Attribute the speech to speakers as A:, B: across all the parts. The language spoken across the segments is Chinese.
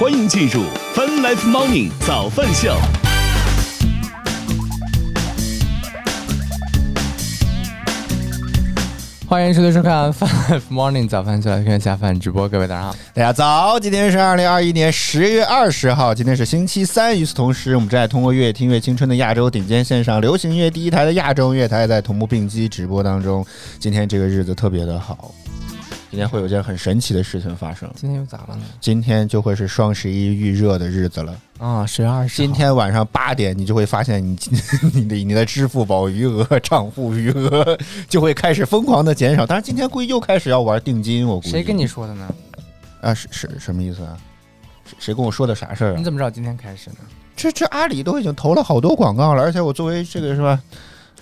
A: 欢迎进入 Fun Life Morning 早饭秀。
B: 欢迎收听收看 Five Morning 早饭秀来看下饭直播，各位早上好。
C: 大家早，今天是二零二一年十月二十号，今天是星期三。与此同时，我们正在通过“越听越青春”的亚洲顶尖线上流行音乐第一台的亚洲音乐台也在同步并机直播当中。今天这个日子特别的好，今天会有件很神奇的事情发生，
B: 今天又咋了呢？
C: 今天就会是双十一预热的日子了。
B: 啊、十月二十，
C: 今天晚上八点，你就会发现你 你的你的支付宝余额、账户余额就会开始疯狂的减少。但是今天估计又开始要玩定金，我估计
B: 谁跟你说的呢？
C: 啊？是是什么意思啊？谁谁跟我说的啥事儿啊
B: 你？怎么知道今天开始呢？
C: 这这阿里都已经投了好多广告了，而且我作为这个是吧，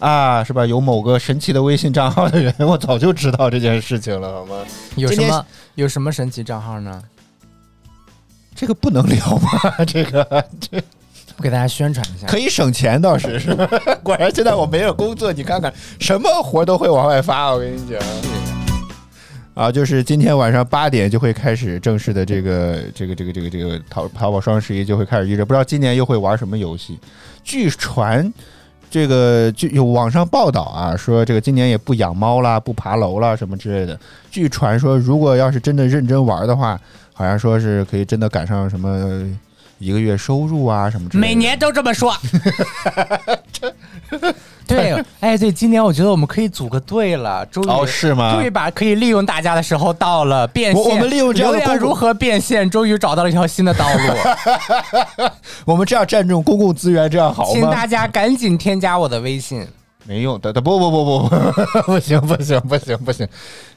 C: 啊是吧，有某个神奇的微信账号的人，我早就知道这件事情了，好吗？
B: 有什
C: 今
B: 么
C: 天
B: 有什么神奇账号呢？
C: 这个不能聊吗？这个
B: 我给大家宣传一下。
C: 可以省钱倒是 是吧？果然现在我没有工作，你看看什么活都会往外发，我跟你讲。啊，就是今天晚上八点就会开始正式的这个这个这个这个这个淘淘宝双十一就会开始预热，不知道今年又会玩什么游戏。据传，这个据有网上报道啊，说这个今年也不养猫啦，不爬楼啦什么之类的。据传说，如果要是真的认真玩的话，好像说是可以真的赶上什么一个月收入啊什么之类的。
B: 每年都这么 说。对，哎，对，今年我觉得我们可以组个队了，终于、
C: 哦是吗
B: 终于把可以利用大家的时候到了，变现。
C: 我我们利用这样的
B: 流量
C: 公共
B: 如何变现，终于找到了一条新的道路，
C: 我们这样占用公共资源，这样 好
B: 请大
C: 吗？
B: 家赶紧添加我的微信。
C: 没用的，的不不不不不， 不行不行不行不行，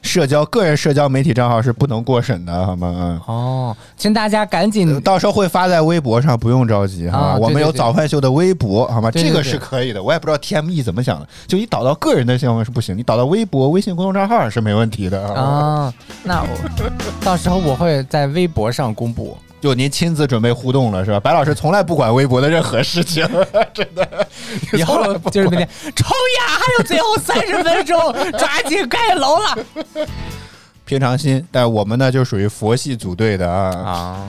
C: 社交个人社交媒体账号是不能过审的，好吗？
B: 哦，请大家赶紧
C: 嗯，到时候会发在微博上，不用着急，好
B: 啊
C: 吗？
B: 对
C: 我们有
B: 对对
C: 早饭秀的微博，好吗？
B: 对对
C: 这个
B: 对
C: 是可以的，我也不知道 TME 怎么想的，就你导到个人的项目是不行，你导到微博、微信公众账号是没问题的啊。
B: 啊，那我 到时候我会在微博上公布。
C: 就您亲自准备互动了是吧？白老师从来不管微博的任何 事情，真的。
B: 以后就是明天，冲呀！还有最后三十分钟，抓紧盖楼了
C: 平常心，但我们呢就属于佛系组队的啊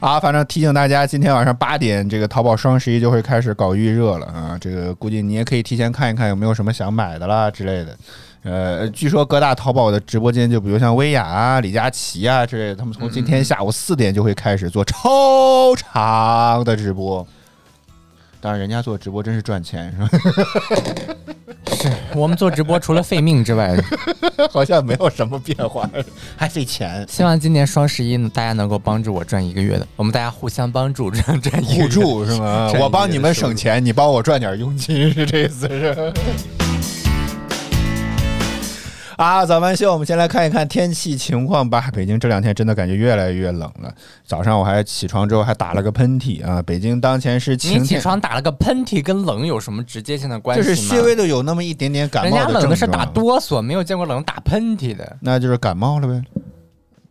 B: 啊！
C: 啊！反正提醒大家，今天晚上八点，这个淘宝双十一就会开始搞预热了啊！这个估计你也可以提前看一看有没有什么想买的啦之类的。呃，据说各大淘宝的直播间，就比如像薇娅啊、李佳琦啊之类的，他们从今天下午四点就会开始做超长的直播。当然，人家做直播真是赚钱，是吧？
B: 我们做直播除了费命之外，
C: 好像没有什么变化，还费钱。
B: 希望今年双十一呢大家能够帮助我赚一个月的，我们大家互相帮助，赚赚一个月
C: 互。助是吗？
B: 占一
C: 我帮
B: 个
C: 你
B: 月
C: 们
B: 的收入
C: 省钱，你帮我赚点佣金，是这意思是？ 啊，早饭秀，我们先来看一看天气情况吧。北京这两天真的感觉越来越冷了。早上我还起床之后还打了个喷嚏啊。北京当前是
B: 你
C: 晴
B: 起
C: 天，
B: 床打了个喷嚏，跟冷有什么直接性的关
C: 就
B: 系
C: 是
B: 吗？
C: 稍微的有那么一点点感
B: 人
C: 冒
B: 家冷的是
C: 症状
B: 打哆嗦，没有见过冷打喷嚏的，
C: 那就是感冒了呗。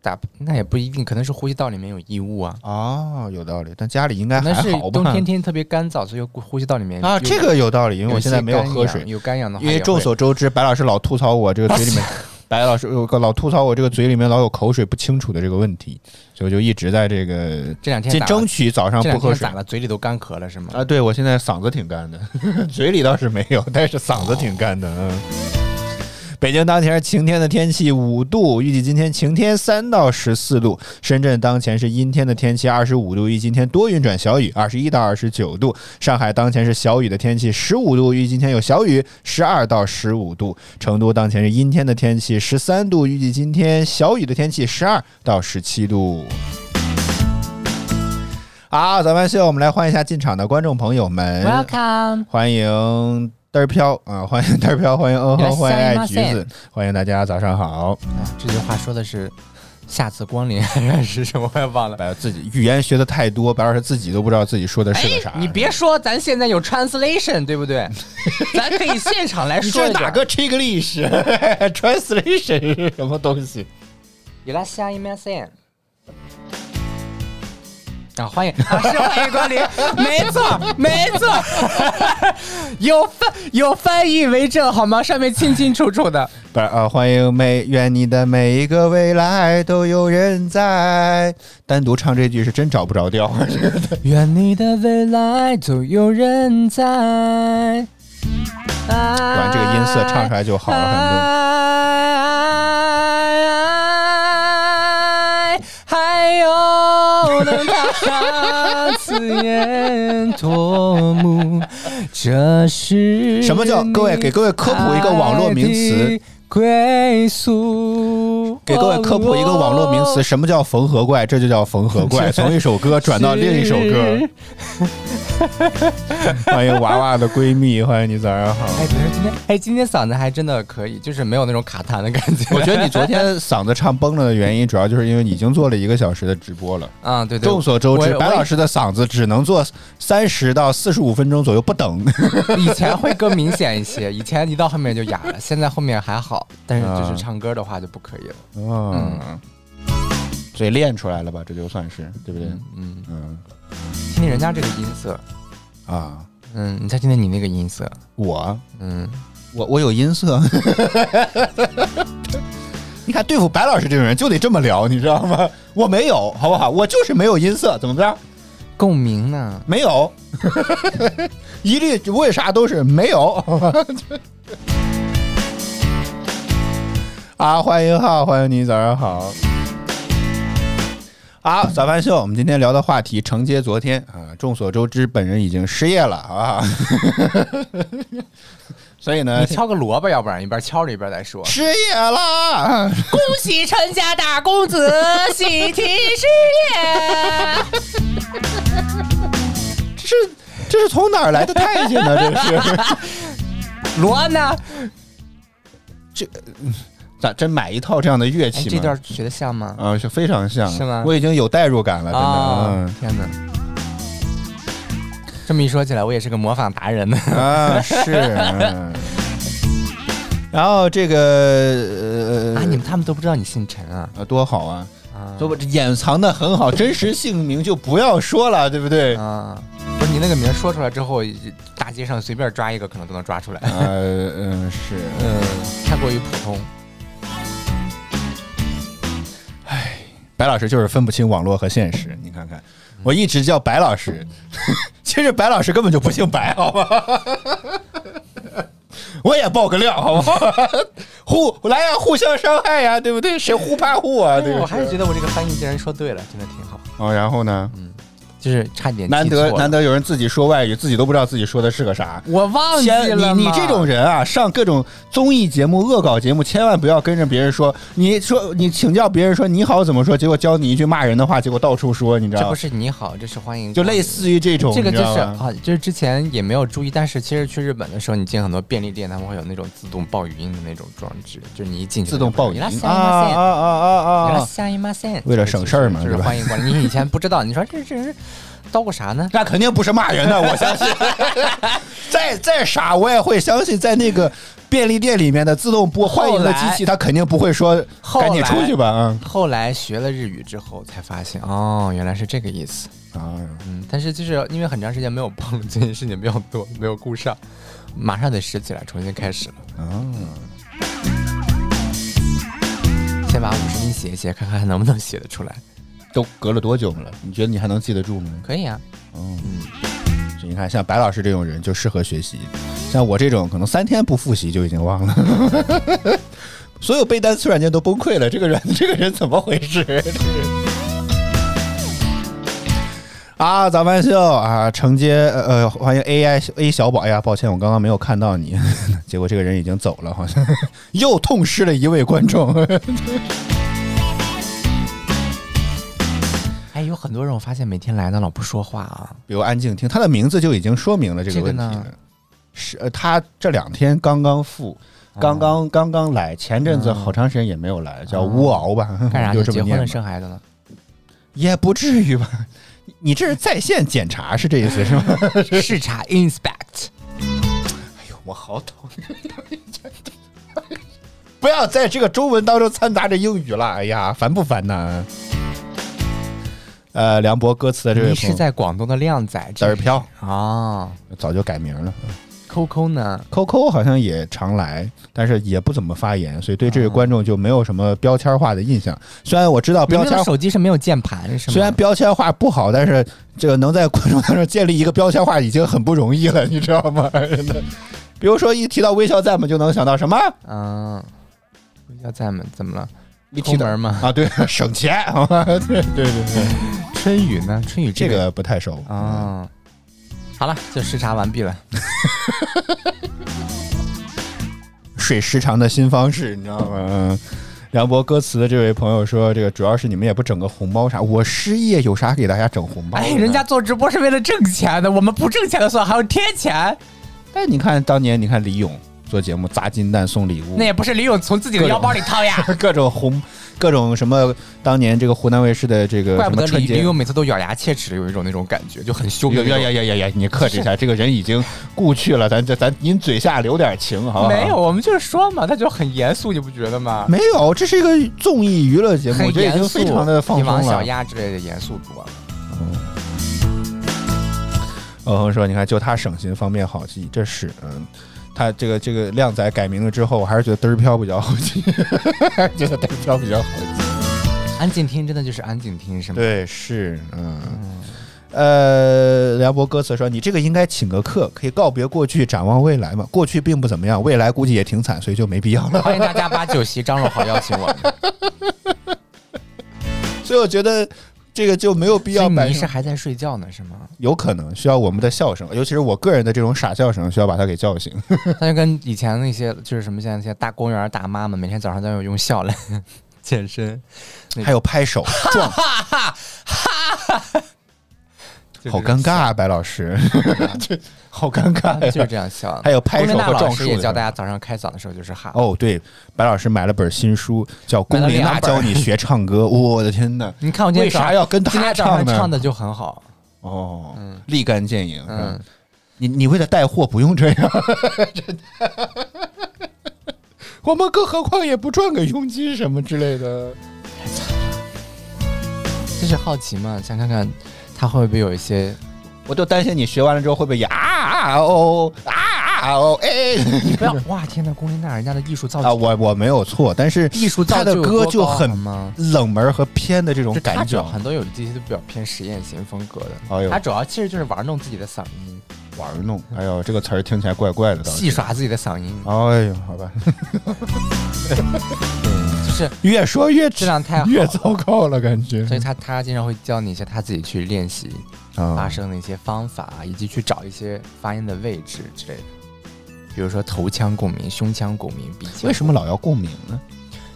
B: 打那也不一定，可能是呼吸道里面有异物啊。
C: 哦，有道理，但家里应该
B: 可
C: 还
B: 能是
C: 好吧？
B: 冬天天特别干燥，所以呼呼吸道里面
C: 啊，
B: 有
C: 这个有道理，因为
B: 有
C: 我
B: 一
C: 现在
B: 些
C: 没有
B: 干
C: 喝
B: 痒
C: 水，
B: 有干痒的话
C: 因
B: 也会，
C: 为众所周知，白老师老吐槽我这个嘴里面，白老师我老吐槽我这个嘴里面老有口水不清楚的这个问题，所以我就一直在这个
B: 这两天
C: 尽
B: 咋了
C: 争取早上
B: 这
C: 不
B: 两
C: 喝
B: 天
C: 水
B: 咋。了？嘴里都干咳了是吗？
C: 啊，对我现在嗓子挺干的， 嘴里倒是没有，但是嗓子挺干的。嗯，北京当前是晴天的天气，五度，预计今天晴天三到十四度。深圳当前是阴天的天气，二十五度，预计今天多云转小雨，二十一到二十九度。上海当前是小雨的天气，十五度，预计今天有小雨，十二到十五度。成都当前是阴天的天气，十三度，预计今天小雨的天气，十二到十七度。好，咱们秀，我们来欢迎一下进场的观众朋友们。
B: Welcome，
C: 欢迎嘚儿飘啊， 欢迎嘚儿飘，欢迎欧
B: いら
C: 豪，
B: っしゃい
C: 欢迎爱
B: ま
C: 橘
B: せ
C: 子，欢迎大家早上好。
B: 哎这句话说的是下次光临还是什么？我也忘了。
C: 白自己语言学的太多，白老师自己都不知道自己说的哎是个啥。
B: 你别说，咱现在有 translation，对不 对？咱可以现场来
C: 你
B: 说
C: 这
B: 一
C: 哪
B: 个。
C: 个 Chinglish translation 是什么东西？
B: 伊拉下一面线，啊，欢迎， 啊、是欢迎光临，没错，没错， 有翻有翻译为证好吗？上面清清楚楚的。
C: 不是啊，欢迎每愿你的每一个未来都有人在。单独唱这句是真找不 着调，
B: 愿你的未来总有人在。把
C: 这个音色唱出来就好了很多
B: 爱还有能他刺眼夺目，这是
C: 什么叫各位给各位科普一个网络名词
B: 爱的归宿。
C: 给各位科普一个网络名词，什么叫缝合怪？这就叫缝 合怪，从一首歌转到另一首歌。欢迎娃娃的闺蜜，欢迎你，早上 好。
B: 哎，可是今天，哎，今天嗓子还真的可以，就是没有那种卡痰的感觉。
C: 我觉得你昨天嗓子唱崩了的原因，主要就是因为你已经做了一个小时的直播了。
B: 啊，对对，
C: 众所周知，
B: 我
C: 白老师的嗓子只能做三十到四十五分钟左右不等。
B: 我以前会更明显一些，以前一到后面就哑了，现在后面还好，但是就是
C: 啊
B: 唱歌的话就不可以了。
C: 嗯，所以练出来了吧？这就算是对不对？
B: 嗯，
C: 嗯
B: 听听人家这个音色，
C: 啊，
B: 嗯，你再听听你那个音色，
C: 我
B: 嗯，
C: 我我有音色。 你看，对付白老师这种人就得这么聊，你知道吗？我没有，好不好？我就是没有音色，怎么着？
B: 共鸣呢？
C: 没有， 一律为啥都是没有。 啊，欢迎哈，欢迎你，早上好。好，早饭秀，我们今天聊的话题承接昨天啊，众所周知，本人已经失业了啊， 所以呢
B: 你，敲个萝卜，要不然一边敲着一边再说。
C: 失业啦。
B: 恭 喜陈家大公子喜提事业，
C: 这是这是从哪儿来的太监呢？这是
B: 罗呢？哎
C: 咋真买一套这样的乐
B: 哎，
C: 器吗？
B: 这段学的像吗？
C: 啊，是非常像，
B: 是吗
C: 我已经有代入感了，真的。
B: 啊
C: 嗯！
B: 天哪！这么一说起来，我也是个模仿达人呢。
C: 啊，是。嗯然后这个
B: 啊，
C: 呃
B: 你们他们都不知道你姓陈啊？
C: 啊，多好啊！
B: 啊
C: 所以我这掩藏的很好，真实姓名就不要说了，对不对？
B: 啊，不是你那个名儿说出来之后，大街上随便抓一个可能都能抓出来。
C: 呃嗯是，
B: 嗯，太过于普通。
C: 白老师就是分不清网络和现
B: 嗯
C: 实，你看看，我一直叫白老师， 其实白老师根本就不姓白，好吗？ 我也爆个料，好吗？ 互来呀、互相伤害呀、对不对？谁互怕互啊？对不对？
B: 哦我还是觉得我这个翻译竟然说对了，真的挺好。
C: 哦，然后呢？
B: 就是差点
C: 难得难
B: 得，
C: 得有人自己说外语，自己都不知道自己说的是个啥。
B: 我忘记
C: 千
B: 了
C: 你你
B: 嘛
C: 这种人啊，上各种综艺节目、恶搞节目，千万不要跟着别人说。你说你请教别人说你好怎么说，结果教你一句骂人的话，结果到处说，你知
B: 这
C: 道
B: 不
C: 吗？
B: 是你好，这是欢迎，
C: 就类。似于这种，
B: 这个
C: 你
B: 就
C: 知道
B: 是啊，
C: 吗
B: 就是之前也没有注意，但是其实去日本的时候，你进很多便利店，他们会有那种自动报语音的那种装置，就是你一进去
C: 自动报
B: 语
C: 警
B: 音。
C: 啊啊啊啊啊！
B: 下一马线，
C: 为了省事儿嘛
B: 就是
C: 是吧
B: 欢迎光临。你以前不知道，你说这这人叨咕啥呢？
C: 那肯定不是骂人的，我相 信。再再傻，我也会相信，在那个便利店里面的自动播欢迎的机器，它肯定不会说
B: 后来
C: 赶紧出去吧啊
B: 后来学了日语之后才发现，哦，原来是这个意思。
C: 啊！
B: 嗯，但是就是因为很长时间没有碰这件事情比较多，没有顾上，马上得拾起来，重新开始了。
C: 哦
B: 先把五十音写一写，看看能不能写得出来。
C: 都隔了多久了？你觉得你还能记得住吗？
B: 可以啊，
C: 所以你看，像白老师这种人就适合学习，像我这种可能三天不复习就已经忘了。 所有背单词软 件都崩溃了，这个人这个人怎么回事？ 这个人啊，早饭秀啊，承接呃，呃欢迎 AI A 小宝。哎呀，抱歉，我刚刚没有看到你， 结果这个人已经走了，好像 又痛失了一位观众。
B: 哎，有很多人我发现每天来呢老不说话 啊，
C: 比如安静听，他的名字就已经说明了这个问题
B: 这
C: 了
B: 个呢。
C: 是，呃，他这两天刚刚复，
B: 哦
C: 刚刚刚刚来，前阵子好长时间也没有来，叫乌敖吧，
B: 哦干啥
C: 就
B: 呢？
C: 这么
B: 结婚
C: 念
B: 了
C: 吧，
B: 生孩 子了？
C: 也不至于吧？ 你你这是在线检查是这意思 是吗？
B: 视察 inspect。
C: 我好讨厌， 不要在这个中文当中掺杂着英语了，哎呀，烦不烦呐？呃梁博歌词的这位
B: 你
C: 朋
B: 是
C: 友，
B: 在广东的靓仔
C: 子
B: 这
C: 儿飘
B: 啊
C: 早就改名了。
B: ，QQ 呢？
C: Coco 好像也常来，但是也不怎么发言，所以对
B: 啊
C: 这个观众就没有什么标签化的印象。虽然我知道
B: 你
C: 标
B: 们
C: 签
B: 的，手机是没有键盘是吗？
C: 虽然标签化不好，但是这个能在观众当中建立一个标签化已经很不容易了，你知道吗？ 真的，比如说一提到微笑赞美就能想到什么
B: 嗯，要在吗？怎么了？
C: 一
B: 抠
C: 提到
B: 门吗？
C: 啊，对，省钱 啊，对对对对，
B: 春雨呢？春雨
C: 这
B: 个
C: 个不太熟啊。
B: 啊、好了，就视察完毕了。
C: 水时长的新方式，你知道吗？嗯。梁博歌词的这位朋友说：“这个主要是你们也不整个红包啥，我失业有啥给大家整红包的
B: 哎，
C: 呢？
B: 人家做直播是为了挣钱的，我们不挣钱的算还要贴钱，
C: 但你看当年，你看李咏做节目砸金蛋送礼物
B: 那，也不是李勇从自己的腰包里掏 呀。
C: 各种红，各种什么，当年这个湖南卫视的这个
B: 怪
C: 什
B: 不
C: 么
B: 得
C: 春
B: 李李
C: 节。
B: 勇每次都咬牙切齿，有一种那种感觉，就很羞
C: 呀
B: 的那
C: 呀呀
B: 种。
C: 呀呀呀！你克 制一下，这个人已经故去了，咱咱咱您嘴下留点情，好不好？
B: 没有，，我们就是说嘛，他就很严肃，你不觉得吗？
C: 没有，这是一个综艺娱乐节目，
B: 很
C: 我觉得已
B: 严
C: 经
B: 肃
C: 非常的放
B: 比
C: 松
B: 王小
C: 了。
B: 丫之类的严肃多了。
C: 欧恒哦说：“你看，就他省心，方便好记，这是嗯。”他这个这个靓仔改名了之后，我还是觉得嘚儿飘比较好记，还是觉得嘚儿飘比较好记。
B: 安静听真的就是安静听，是吗？
C: 对，是，嗯，呃，梁博歌词说：“你这个应该请个客，可以告别过去，展望未来嘛。过去并不怎么样，未来估计也挺惨，所以就没必 要了。
B: 欢迎大家把酒席张若豪邀请我们。
C: 所以我觉得这个就没有必
B: 所
C: 要
B: 以
C: 摆
B: 你是
C: 上，
B: 还在睡觉呢，是吗？
C: 有可能需要我们的笑声，尤其是我个人的这种傻笑声，需要把它给叫醒。
B: 他就跟以前那些就是什么现在那些大公园儿大妈们，每天早上都要用笑来 健身，
C: 还有拍手，撞，好尴尬啊，白 老师，这好尴 尬
B: 就是这样，就是这样
C: 呀。
B: 笑。
C: 还有拍手
B: 龚琳娜
C: 和
B: 老
C: 撞
B: 师
C: 树
B: 也
C: 的
B: 教大家早上开嗓的时候就是哈。
C: 哦，对，白老师买了本新书，叫《
B: 买
C: 龚
B: 了
C: 琳
B: 两
C: 娜
B: 本
C: 教你学唱 歌》，我的天哪！
B: 你看我今天
C: 为啥
B: 早上
C: 要跟他
B: 今天早上
C: 唱呢
B: 唱的就很好，
C: 哦，立竿见影。
B: 嗯，
C: 你你为了带货不用这样，真的。我们更何况也不赚个佣金什么之类的。
B: 就是好奇嘛，想看看他会不会有一些
C: 我就担心你学完了之后会不会也啊啊哦啊啊哦哎
B: 不 要哇天呐，龚琳娜人家的艺术造
C: 啊！
B: 诣，
C: 我我没有错，但是
B: 艺术造
C: 他
B: 诣
C: 的
B: 有
C: 歌
B: 多
C: 就
B: 高
C: 很
B: 好吗
C: 冷门和偏的这种
B: 就他
C: 感
B: 主
C: 觉
B: 要。很多有这些都比较偏实验型风格
C: 哎
B: 的，
C: 呦
B: 他主要其实就是玩弄自己的嗓音，
C: 玩弄，哎呦，这个词儿听起来怪怪的。倒是
B: 戏。耍自己的嗓音，
C: 哎呦，好吧，
B: 就是
C: 越说越
B: 质量太好，
C: 越糟糕了，感觉
B: 所以他他经常会教你一些他自己去练习
C: 啊嗯
B: 发声的一些方法，以及去找一些发音的位置之类的。比如说头腔共鸣、胸腔共鸣、鼻腔共鸣。
C: 为什么老要共鸣呢？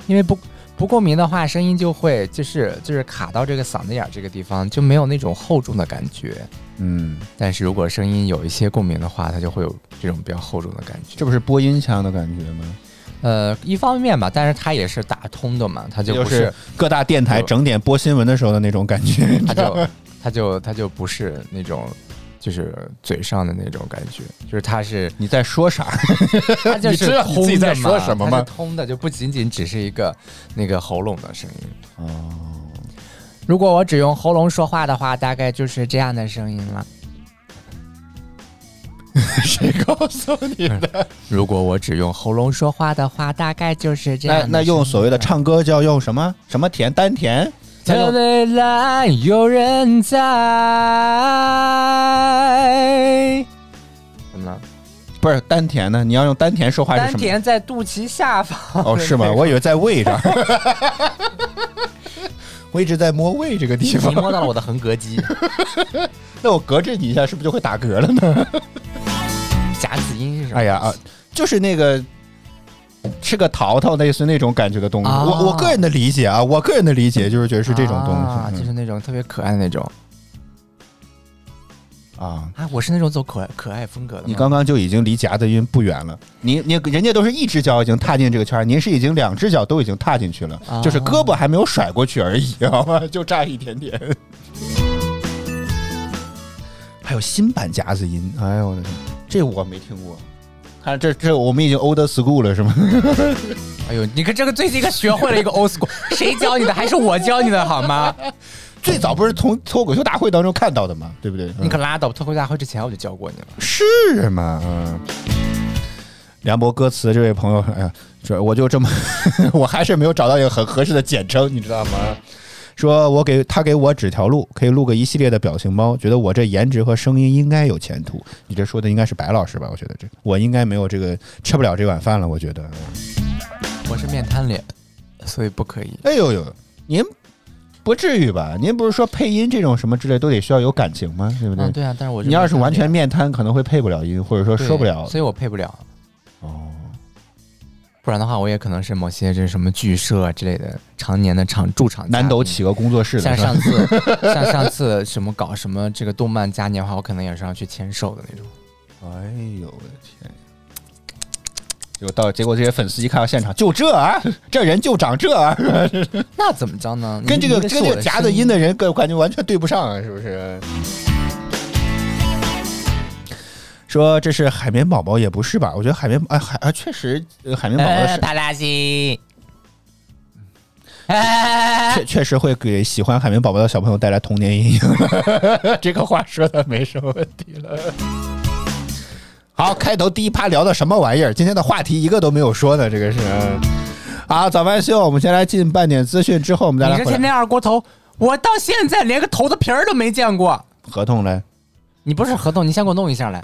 B: 因为不不共鸣的话，声音就会就是就是卡到这个嗓子眼儿这个地方，就没有那种厚重的感觉。
C: 嗯，
B: 但是如果声音有一些共鸣的话，它就会有这种比较厚重的感觉。
C: 这不是播音腔的感觉吗？
B: 呃，一方面吧，但是它也是打通的嘛，它就
C: 就
B: 不是
C: 是，嗯各大电台整点播新闻的时候的那种感 觉。
B: 它 就它就它就不是那种就是嘴上的那种感觉，就是它是
C: 你在 说啥？
B: 它就
C: 你知
B: 是
C: 道你
B: 通
C: 自己在
B: 的
C: 说
B: 嘛
C: 什么
B: 它是
C: 吗
B: 通的就不仅仅只是一个那个喉咙的声音。
C: 哦，
B: 如果我只用喉咙说话的话，大概就是这样的声音了。
C: 谁告诉你的？
B: 如果我只用喉咙说话的话，大概就是这样
C: 那
B: 的声音。
C: 那用所谓的唱歌叫用什么什么甜丹 田？
B: 的未来有人在。怎么了？
C: 不是丹田呢？你要用丹田说话
B: 丹
C: 是什么？
B: 田在肚脐下方。
C: 哦，是吗？我以为在胃这儿。 我一直在摸胃这个地
B: 你
C: 方，
B: 摸到了我的横膈肌，
C: 那我隔着你一下，是不是就会打嗝了呢？
B: 夹子音是什么？
C: 哎呀啊， 就是那个吃个桃桃，类似那种感觉的东西。
B: 啊
C: 我我个人的理解啊，我个人的理解就是觉得是这种东
B: 啊，
C: 西
B: 就是那种特别可爱的那种
C: 嗯啊。
B: 啊！我是那种走可爱可爱风格的吗。
C: 你刚刚就已经离夹子音不远了，你你人家都是一只脚已经踏进这个圈儿，您是已经两只脚都已经踏进去了，
B: 啊
C: 就是胳膊还没有甩过去而已，好吗？就差一点点。还有新版夹子音，哎呦我的天，这我没听过。看、这这我们已经 old school 了是吗？ 嗯
B: 哎呦，你看这个最近可学会了一个 old school，谁教你的？还是我教你的好吗？
C: 最早不是从脱口秀大会当中看到的嘛，对不嗯对？
B: 你可拉倒！脱口大会之前我就教过你了。
C: 是吗？嗯。梁博歌词这位朋友，哎呀，这我就这么， 我还是没有找到一个很合适的简称，你知道吗？说我给他给我指条路，可以录个一系列的表情包，觉得我这颜值和声音应该有前途。你这说的应该是白老师吧？我觉得这我应该没有这个吃不了这碗饭了。我觉得，
B: 我是面瘫脸，所以不可以。
C: 哎呦呦，您不至于吧？您不是说配音这种什么之类都得需要有感情吗？对不对？
B: 嗯，对啊，但是我
C: 你要是完全
B: 面
C: 面瘫，可能会配不了音，或者说
B: 瘫脸
C: 说不了
B: 对所以我配不了。
C: 哦。
B: 不然的话，我也可能是某些这什么剧社啊之类的，常年的场驻场嘉
C: 南
B: 宾
C: 斗起个工作室的
B: 像
C: 是吧？
B: 上 次，像上次什么搞什么这个动漫嘉年华，我可能也是要去签售的那种。
C: 哎呦我的天！结果到结果这些粉丝一看到现场，就这 啊，这人就长这啊，
B: 那怎么着呢？你
C: 跟这个
B: 你
C: 跟
B: 是我
C: 这个夹子
B: 声
C: 音的人，跟感觉完全对不上啊，是不是？说这是海绵宝宝也不是吧？我觉得海绵哎海啊，确实呃海绵宝宝是、
B: 帕拉西。哎
C: 嗯确确实会给喜欢海绵宝宝的小朋友带来童年阴影。 这个话说的没什么问题了。好，开头第一趴聊的什么玩意儿？今天的话题一个都没有说呢，这个是。好，早饭秀，我们先来进半点资讯，之后我们再
B: 你
C: 来
B: 这
C: 回
B: 天
C: 来
B: 天二锅头，我到现在连个头的皮儿都没见过。
C: 合同嘞。
B: 你不是合同，你先给我弄一下来。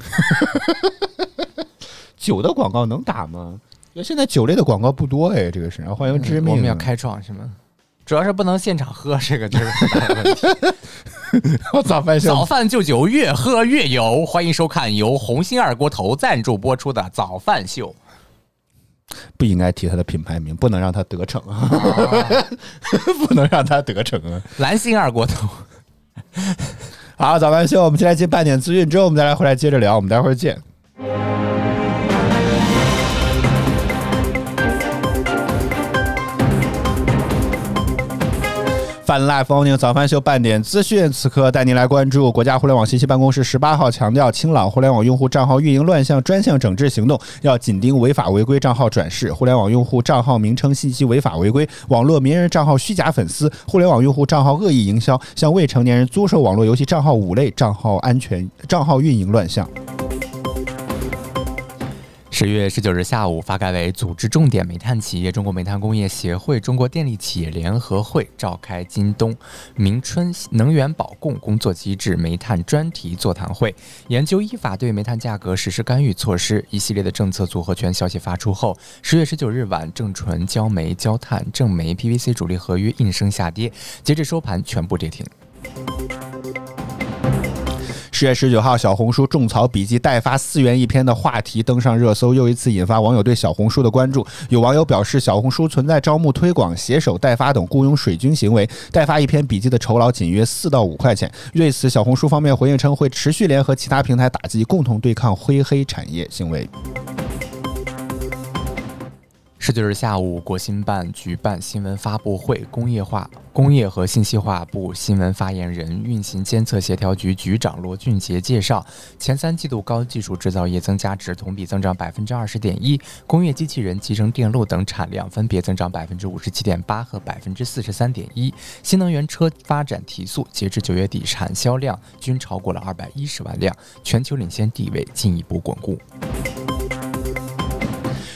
C: 酒的广告能打吗？因为现在酒类的广告不多哎，这个是。然后欢迎知命，
B: 我们要开创是吗？主要是不能现场喝，这个 就是很大的问题。
C: 早饭秀，
B: 早饭就酒，越喝越有。欢迎收看由红星二锅头赞助播出的早饭 秀。
C: 不应该提它的品牌名，不能让它得逞啊，不能让它得逞啊。
B: 蓝星二锅头，
C: 好，早饭秀，我们先来进半点资讯，之后我们再来回来接着聊，我们待会儿见。泛滥风宁早饭秀半点资讯，此刻带您来关注国家互联网信息办公室十八号强调，清朗互联网用户账号运营乱象专项整治行动要紧盯违法违规账号转世、互联网用户账号名称信息违法违规、网络名人账号虚假粉丝、互联网用户账号恶意营销、向未成年人租售网络游戏账号五类账号安全账号运营乱象。
B: 十月十九日下午，发改委组织重点煤炭企业中国煤炭工业协会、中国电力企业联合会召开今冬、明春能源保供工作机制煤炭专题座谈会，研究依法对煤炭价格实施干预措施。一系列的政策组合拳消息发出后，十月十九日晚，正醇、焦煤、焦炭、正煤、PVC 主力合约应声下跌，截至收盘全部跌停。
C: 十月十九号，小红书种草笔记代发四元一篇的话题登上热搜，又一次引发网友对小红书的关注。有网友表示，小红书存在招募、推广、携手代发等雇佣水军行为，代发一篇笔记的酬劳仅约四到五块钱。对此，小红书方面回应称，会持续联合其他平台打击，共同对抗灰黑产业行为。
B: 十九日下午，国新办举办新闻发布会，工业化、工业和信息化部新闻发言人、运行监测协调局局长罗俊杰介绍，前三季度高技术制造业增加值同比增长百分之二十点一，工业机器人、集成电路等产量分别增长百分之五十七点八和百分之四十三点一，新能源车发展提速，截至九月底，产销量均超过了二百一十万辆，全球领先地位进一步巩固。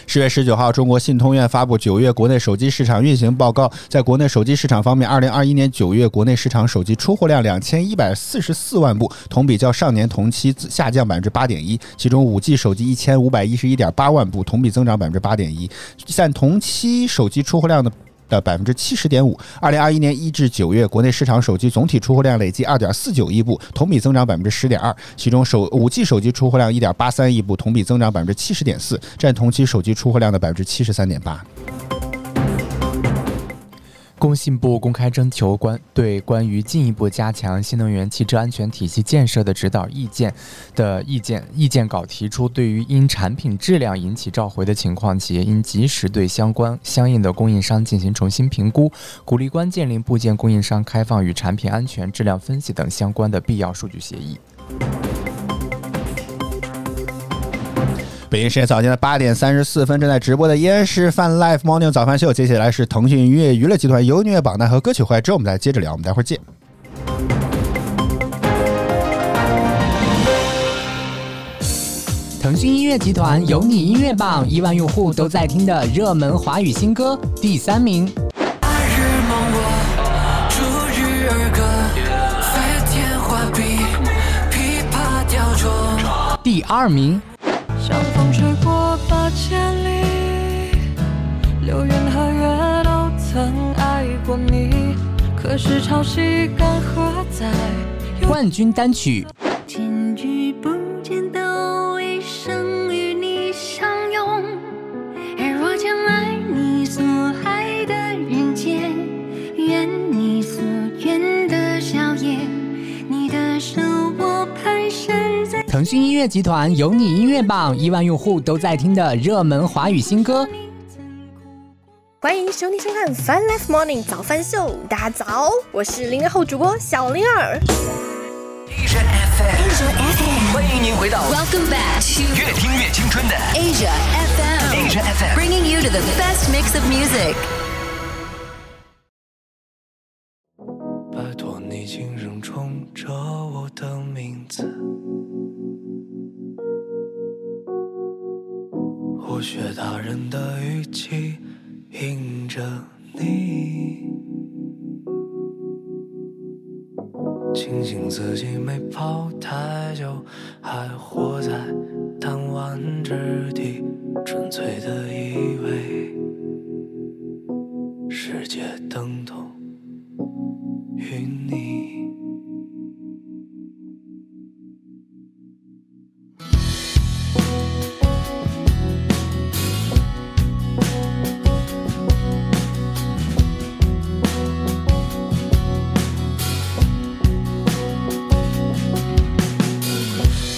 C: 十月十九号，中国信通院发布九月国内手机市场运行报告。在国内手机市场方面，二零二一年九月国内市场手机出货量两千一百四十四万部，同比较上年同期下降百分之八点一。其中五 G 手机一千五百一十一点八万部，同比增长百分之八点一，占同期手机出货量的。的百分之七十点五，二零二一年一至九月，国内市场手机总体出货量累计二点四九亿部，同比增长百分之十点二。其中手五 G 手机出货量一点八三亿部，同比增长百分之七十点四，占同期手机出货量的百分之七十三点八。
B: 工信部公开征求关对关于进一步加强新能源汽车安全体系建设的指导意见的意见意见稿提出，对于因产品质量引起召回的情况，企业应及时对相关相应的供应商进行重新评估，鼓励关键零部件供应商开放与产品安全、质量分析等相关的必要数据协议。
C: 北京时间早间的八点三十四分，正在直播的依然是泛 Live Morning 早饭秀。接下来是腾讯音乐娱乐集团优音乐榜单和歌曲回来之后，我们再接着聊，我们待会儿见。
D: 腾讯音乐集团有你音乐榜一万用户都在听的热门华语新歌第三名，
E: 夏日梦我，逐日而歌，飞天画笔，琵琶雕琢。
D: 第二名，
F: 像风吹过八千里，流云和月都曾爱过你。可是潮汐干涸在
D: 冠军单曲
F: 千句不见都一生与你相拥，而我将爱你所爱的人间，愿你所愿的笑颜，你的手我蹒跚在。
D: 腾讯音乐集团有你音乐榜一万用户都在听的热门华语新歌。
G: 欢迎收听收看《Fun Life Morning 早饭秀》，大家早，我是零零后主播小灵儿。
E: Asia FM，欢迎您回到
H: Welcome back to
E: 越听越青春的
H: Asia FM,
E: Asia FM。
H: bringing you to the best mix of music.
E: 拜托你轻声冲着我的名字，我学大人的语气迎着你，庆幸自己没跑太久，还活在弹丸之地，纯粹的以为世界等同。与你。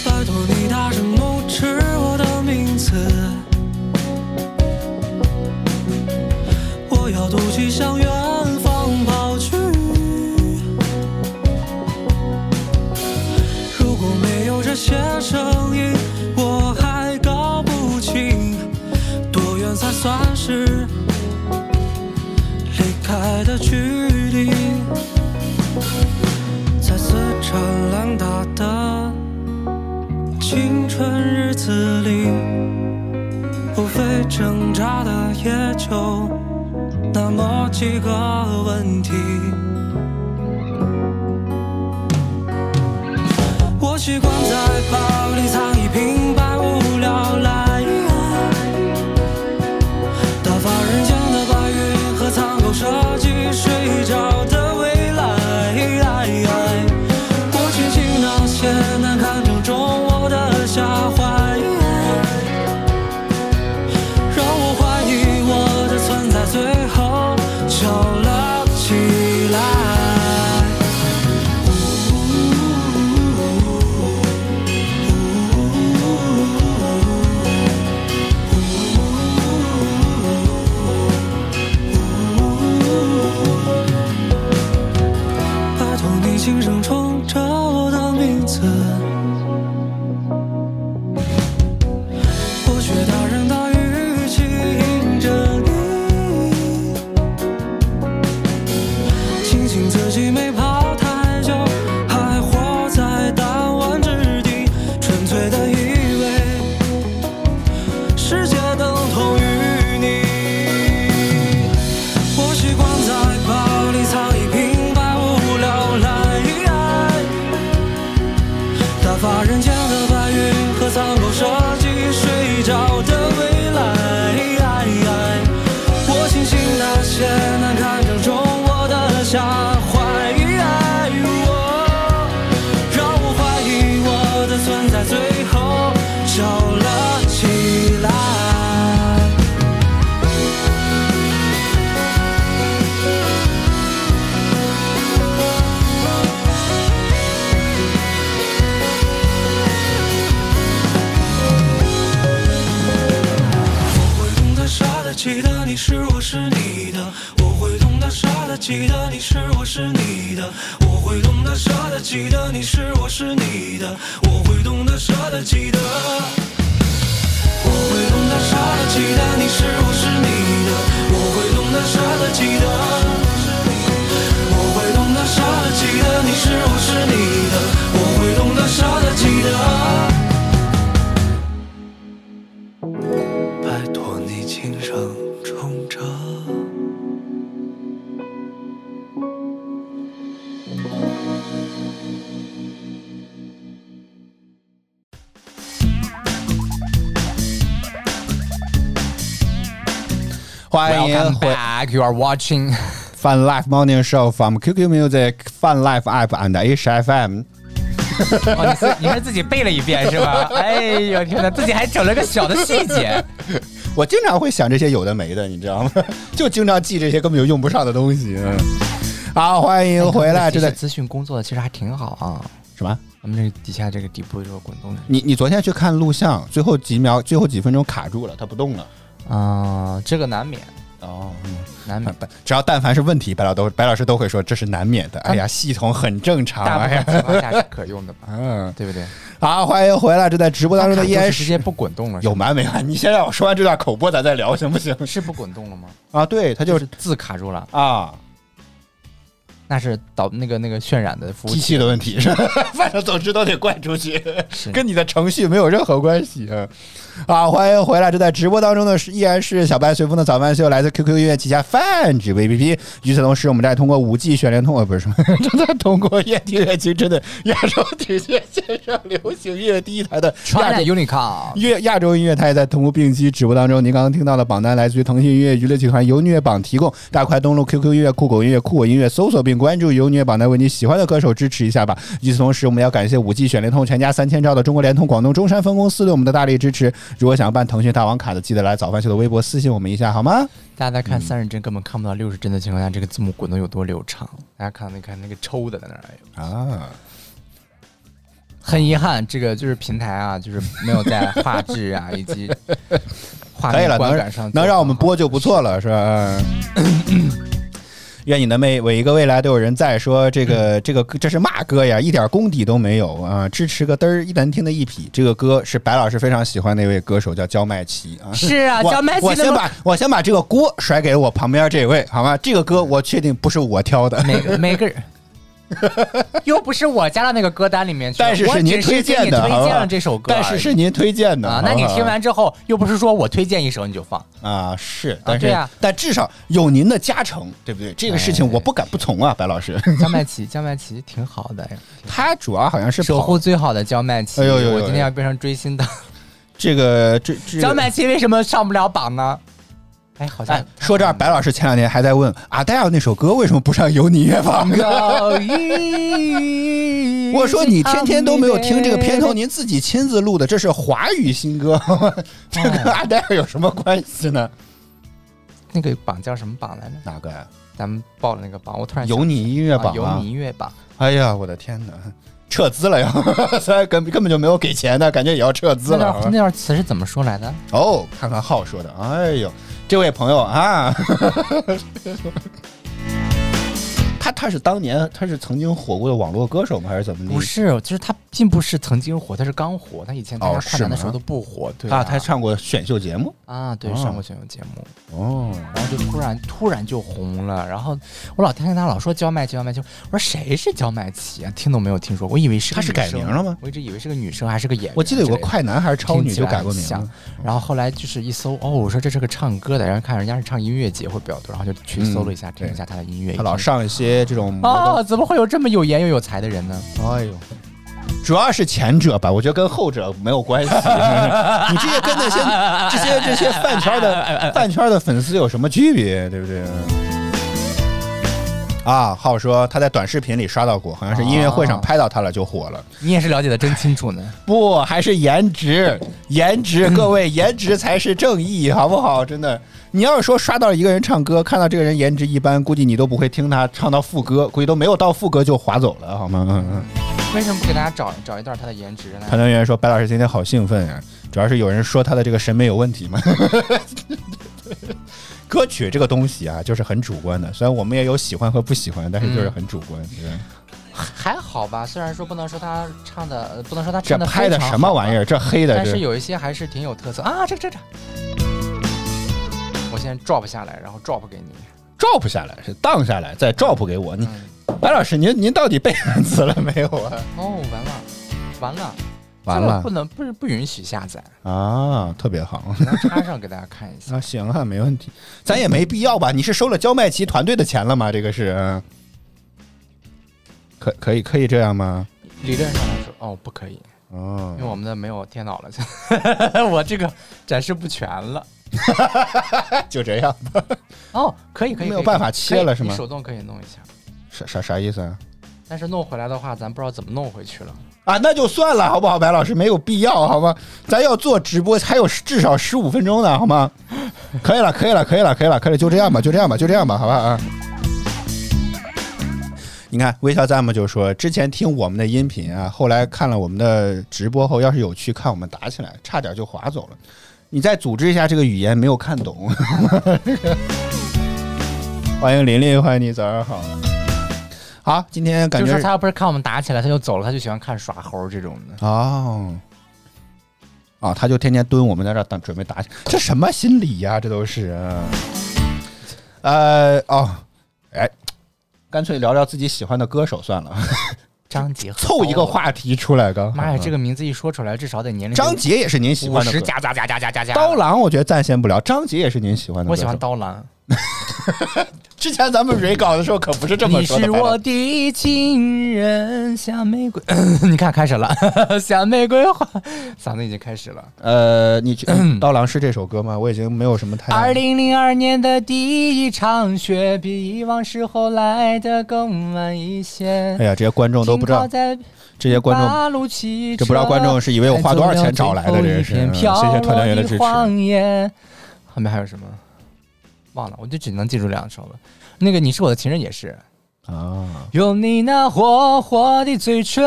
E: 拜托你大声怒斥我的名字，我要赌气向远方跑去。如果没有这些声音，我还搞不清多远才算是离开的距离。再次灿烂大的青春日子里，无非挣扎的也就那么几个问题。我习惯在包里藏一瓶百无聊赖，打发人间的白云和苍狗设计睡着的未来。我庆幸那些难堪正中我的下怀，让我怀疑我的存在，最后笑了起来。拜托你轻声冲着我的名字。我学大人的语气迎着你，庆幸自己没跑太久，还活在弹丸之地，纯粹的以为世界等同于你。我习惯在包里藏一瓶百无聊赖，打发人间的白云和苍狗设计睡着的未来。我庆幸那些难堪正中我的下怀，让我怀疑我的存在，最后笑了起来。我会懂得傻的，记得你是我是你的；我会懂得傻的，记得你是我是你的；我会懂得傻的，记得你是我是你的；我会懂得傻的，记得。我会懂得傻的，记得你是我是你的；我会懂得傻的，记得。我会懂得傻的，记得你是我是你的；我会懂得傻的，记得。
C: 欢迎
B: Welcome
C: 回
B: back. You are watching.
C: Fun Life Morning Show from QQ Music, Fun Life App and HFM。
B: 哦，你是你是自己背了一遍是 吧？哎呦天哪，自己还整了个小的细 节。
C: 我经常会想这些有的没的，你知道吗？ 就经常记这些根本就用不上的东西。嗯好，欢迎回来，
B: 这
C: 哎这
B: 个
C: 在
B: 资讯工作的其实还挺好啊。
C: 什么？
B: 咱们这底下这个底部就是滚动的
C: 你你昨天去看录像，最后几秒，最后几分钟卡住了，它不动了。
B: 啊、这个难免
C: 哦，
B: 难免。
C: 只要但凡是问题，白老都白老师都会说这是难免的。哎呀，系统很正 常。
B: 大部
C: 哎
B: 分
C: 呀，
B: 情况下是可用的吧，
C: 嗯，
B: 对不 对？
C: 好，欢迎回来，这在直播当中的依
B: 它
C: 然
B: 就是直接
C: 是
B: 不滚动了，
C: 有
B: 吗？
C: 完没完？你先让我说完这段口播，咱再聊行不行？
B: 是不滚动了吗？
C: 啊，对，它就是
B: 字卡住了，
C: 啊，
B: 那是导那个那个渲染的服务
C: 机
B: 器。
C: 器的问题是吧， 反正总之都得怪出去，
B: 是
C: 跟你的程序没有任何关系啊！啊，欢迎回来，这在直播当中的是依然是小白随风的早饭秀，来自 QQ 音乐旗下泛指 APP。与此同时，我们再通过五 G 旋联通，呃，不是什么， 正在通过夜听乐青春的亚洲体育线上流行音乐第一台的亚
B: China
C: 洲。
B: Unicom，
C: 乐亚洲音乐，它也在同步并机直播当中。您刚刚听到的榜单来自于腾讯音乐、娱乐集团、由音乐榜提供。大家快登录 QQ 音乐、酷狗音乐、酷我音乐，搜索并关注由音乐榜单，为你喜欢的歌手支持一下吧。与此同时，我们要感谢五 G 选联通全家三千兆的中国联通广东中山分公司对我们的大力支持。如果想办腾讯大王卡的，记得来早饭秀的微博私信我们一下好吗？
B: 大家在
C: 嗯
B: 看三十帧根本看不到六十帧的情况下，这个字幕滚动有多流畅？大家看那看那个抽的在那儿，哎呦，
C: 啊，
B: 很遗憾，这个就是平台啊，就是没有在画质啊以 及画
C: 可以
B: 面
C: 了，
B: 观感上
C: 能能让我们播就不
B: 了。
C: 错了，是吧？嗯愿你的每每一个未来都有人在说这个这个这是嘛歌呀，一点功底都没有啊！支持个嘚儿一难听的一匹，这个歌是白老师非常喜欢的一位歌手，叫焦麦琪啊。
D: 是啊，
C: 我
D: 叫麦
C: 我
D: 琪
C: 先
D: 的
C: 把我先把这个锅甩给我旁边这位，好吗？这个歌我确定不是我挑的，
B: 每个 每个人。又不是我加到那个歌单里面去了，
C: 但是
B: 我
C: 是
B: 只
C: 您
B: 是
C: 推
B: 给
C: 荐
B: 你
C: 的，
B: 推
C: 好
B: 荐
C: 吧
B: 了这首歌而已，
C: 但是是您推荐的
B: 啊，那
C: 好
B: 你
C: 吧
B: 听完之后，又不是说我推荐一首你就 放，
C: 啊，是，但是、
B: 对啊
C: 但至少有您的加成，对不对？这个事情我不敢不从啊，白老师。
B: 焦麦琪，焦麦琪挺好的呀，
C: 他主要好像是
B: 守
C: 跑
B: 护最好的焦麦琪。
C: 哎呦呦呦
B: 我今天要变成追星的
C: 这个这这
B: 焦麦琪，为什么上不了榜呢？哎，好像
C: 哎，说这儿，白老师前两天还在问阿黛尔那首歌为什么不上有你乐榜？我
B: 我
C: 说你天天都没有听这个片头，您自己亲自录的，这是华语新歌，这跟阿黛尔有什么关系呢？
B: 那个榜叫什么榜来着？
C: 哪个呀？
B: 咱们报了那个榜，我突然
C: 有你音乐
B: 想
C: 榜
B: 啊
C: 啊
B: 有你音乐榜，
C: 哎呀，我的天哪！撤资了呀！ 虽然根根本就没有给钱的感觉，也要撤资
B: 那
C: 了啊
B: 段。那段词是怎么说来的？
C: 哦，看看浩说的，哎呦，这位朋友啊， 他他是当年他是曾经火过的网络歌手吗？还是怎么的？
B: 不是，就是他并不是曾经火，他是刚火，他以前参
C: 哦
B: 加
C: 是
B: 快男的
C: 吗
B: 时候都不火，对
C: 啊，他上过选秀节目
B: 啊，对
C: 哦
B: 上过选秀节目，
C: 哦，
B: 然后就突然突然就红了，然后我老听他老说焦麦琪焦麦琪，我说谁是焦麦琪啊？听都没有听说过，我以为是个
C: 他是改
B: 女生
C: 名了吗
B: 我一直以为是个女生，还是个演员之类的。
C: 我记得有个快男还是超女
B: 听起
C: 就
B: 来
C: 改过名
B: 像
C: 了。
B: 然后后来就是一搜，哦，我说这是个唱歌的，然后看人家是唱音乐节会比较多，然后就去搜了一下，
C: 嗯
B: 听了一下他的音乐。
C: 他老上一些这种摩
B: 啊，
C: 登，
B: 怎么会有这么有颜又有才的人呢？
C: 哎呦。主要是前者吧，我觉得跟后者没有 关系。你这些跟那些这些这些饭圈的饭圈的粉丝有什么区别，对不对？啊，浩说他在短视频里刷到过，好像是音乐会上拍到他了就火了。
B: 你也是了解的真清楚呢。
C: 不，还是颜值，颜 值，各位，颜值才是正义，好不好？真的，你要是说刷到一个人唱歌，看到这个人颜值一般，估计你都不会听他唱到副歌，估计都没有到副歌就划走了，好吗？嗯嗯。
B: 为什么不给大家找找一段他的颜值呢？
C: 团队员说：“白老师今天好兴奋呀、主要是有人说他的这个审美有问题嘛。 歌曲这个东西啊，就是很主观的，虽然我们也有喜欢和不喜欢，但是
B: 嗯
C: 就是很主观。
B: 还好吧，虽然说不能说他唱的，呃不能说他
C: 这
B: 唱的
C: 拍的什么玩意
B: 儿，
C: 儿？这黑的
B: 啊但是
C: 这
B: 有一些还是挺有特色啊。这个这个这个，我先 drop 下来，然后 drop 给你。
C: drop 下来，是 down 下来，再 drop 给我。你
B: 嗯
C: 白老师，您您到底背单词了没有啊？
B: 哦，完了，完了，
C: 完
B: 这个
C: 了
B: 不能不是不允许下载，
C: 啊，特别好
B: 只能插上给大家看 一下。
C: 啊，行啊，没问题，咱也没必要吧？你是收了焦麦琪团队的钱了吗？这个是，嗯可可以可以这样吗？
B: 理论上来说，哦，不可以，
C: 哦
B: 因为我们的没有电脑了， 现在我这个展示不全了。
C: 就这样吧。
B: 哦，可以可以，
C: 没有
B: 可以
C: 办法切
B: 可以
C: 了是吗
B: 你手动可以弄一下，
C: 啥啥啥意思啊？
B: 但是弄回来的话，咱不知道怎么弄回去了。
C: 啊，那就算了，好不好？白老师没有必要，好吗？咱要做直播，还有至少十五分钟呢，好吗？可以了，可以了，可以了，可以了，可以了，就这样吧，就这样吧，就这样吧，好吧啊。你看，微笑赞姆就说，之前听我们的音频啊，后来看了我们的直播后，要是有去看我们打起来，差点就划走了。你再组织一下这个语言，没有看懂。 欢迎琳琳，欢迎你，早上好。好，今天感
B: 就
C: 觉
B: 是他要不是看我们打起来，他就走了，他就喜欢看耍猴这种的。
C: 哦，啊，他就天天蹲我们在这儿等，准备打起，这什么心理呀、这都是、啊。呃，哦，哎，干脆聊聊自己喜欢的歌手算了，
B: 张杰和
C: 凑一个
B: 包
C: 话题出来刚好。
B: 哦
C: 嗯
B: 妈呀，这个名字一说出来，至少得年龄
C: 张杰也是您喜
B: 五
C: 欢的
B: 十
C: 歌手。
B: 加加加加加加加。
C: 刀，郎，我觉得暂先不聊。张杰也是您喜欢的。
B: 我喜欢。刀郎。
C: 之前咱们蕊稿的时候可不是这么
B: 你
C: 说的。
B: 是我的情人，像玫瑰。 你看，开始了， 像玫瑰花，嗓子已经开始 了。
C: 呃，你觉 刀郎是这首歌吗？我已经没有什么太。
B: 二零零二年的第一场雪，比以往时候来的更晚一些。
C: 哎呀，这些观众都不知道
B: 停靠，在
C: 这些观众
B: 八路汽车
C: 这不知道观众是以为我花多少钱找来的
B: 走了
C: 这
B: 最
C: 是
B: 后一片
C: 嗯谢谢团团圆的支持
B: 飘落的谎言后面还有什么？忘了，我就只能记住两首了。那个你是我的情人也是，
C: 啊，
B: 有你那火火的嘴唇。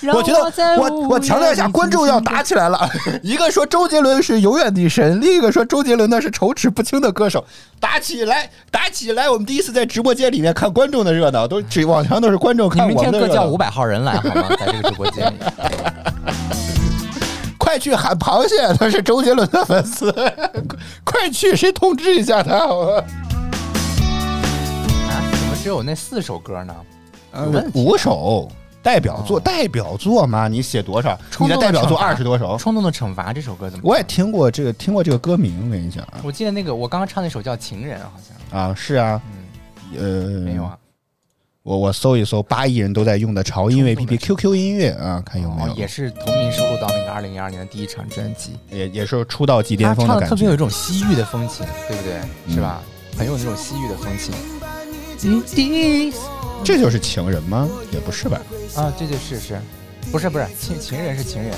B: 让
C: 我觉得
B: 在
C: 我
B: 无
C: 我强调一
B: 言
C: 下，
B: 里
C: 观
B: 静
C: 众
B: 静
C: 要
B: 地
C: 打起来了。 一个说周杰伦是永远的神，另一个说周杰伦那是口齿不清的歌手。打起来，打起来！我们第一次在直播间里面看观众的热闹，都只往常都是观众
B: 你
C: 看
B: 明
C: 我
B: 天
C: 们的
B: 各
C: 热
B: 叫
C: 闹
B: 五。百号人来好吗？在这个直播间里，
C: 快去喊螃蟹，他是周杰伦的粉丝， 快去，谁通知一下他？好吧
B: 啊，怎么只有那四首歌呢？
C: 呃
B: 有问题哦
C: 五首代表作，代表作嘛，你写多少？你
B: 冲
C: 的
B: 动
C: 代表作
B: 惩罚
C: 二十多首。
B: 《冲动的惩罚》这首歌怎么？
C: 我也听过这个，听过这个歌名，我跟你讲啊
B: 我记得那个我刚刚唱那首叫《情人》，好像
C: 啊，是啊，呃，
B: 没有啊。
C: 我我搜一搜八亿人都在用的潮音乐 APP QQ 音乐啊，看有没
B: 哦
C: 有，，
B: 也是同名收录到那个二零一二年的第一张专辑。
C: 也也是出道即巅
B: 他
C: 峰
B: 唱
C: 的
B: 的特
C: 感
B: 别有一
C: 觉。
B: 种西域的风情，对不对？是吧？很有那种西域的风情。
C: 这就是情人吗？也不是吧？
B: 啊，对对是是，不是不是情情人是情人，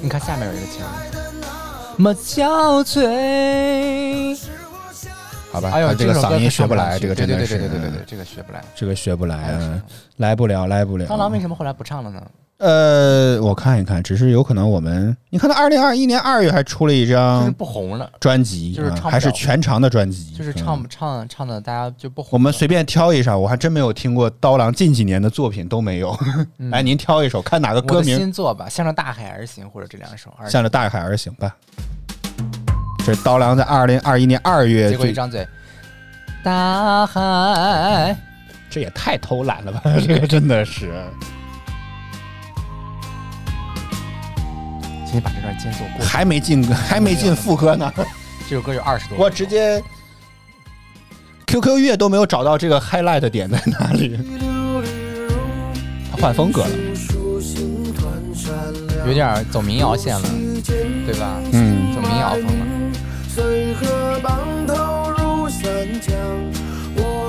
B: 你看下面有一个情人，么憔悴。
C: 好吧，啊
B: 哎呦，
C: 他这个
B: 首歌
C: 嗓
B: 可
C: 音学
B: 唱
C: 不
B: 上
C: 来，
B: 去
C: 这个
B: 对
C: 真
B: 对
C: 的
B: 对
C: 是
B: 对对对对，哎这个学不来。
C: 这个学不来嗯
B: 还有什么，
C: 来不了，来不了。
B: 当郎为什么后来不唱了呢？
C: 呃，我看一看，只是有可能我们，你看他二零二一年二月还出了一
B: 就是
C: 张
B: 不红了，
C: 专辑，
B: 就是
C: 啊
B: 唱不
C: 还是
B: 了
C: 全长的专辑，
B: 就是
C: 嗯
B: 唱唱唱的大家就不红了。
C: 我们随便挑一首，我还真没有听过刀郎近几年的作品都没有。来，您挑一首，看哪个
B: 嗯我
C: 歌
B: 的
C: 名
B: 新作吧，向着大海而行，或者这两首。而
C: 向着大海而行吧。这是刀郎在二零二一年二月
B: 结果一
C: 呃最，
B: 张嘴，大海。
C: 这也太偷懒 了吧！这个真的是，
B: 请你把这段间奏 过去。
C: 还没进还没进副歌呢，
B: 这首歌有二十多分钟，
C: 我直接 QQ 音乐都没有找到这个 highlight 的点在哪里。他换风格了，
B: 有点儿走民谣线了，对吧？
C: 嗯，
B: 走民谣风了。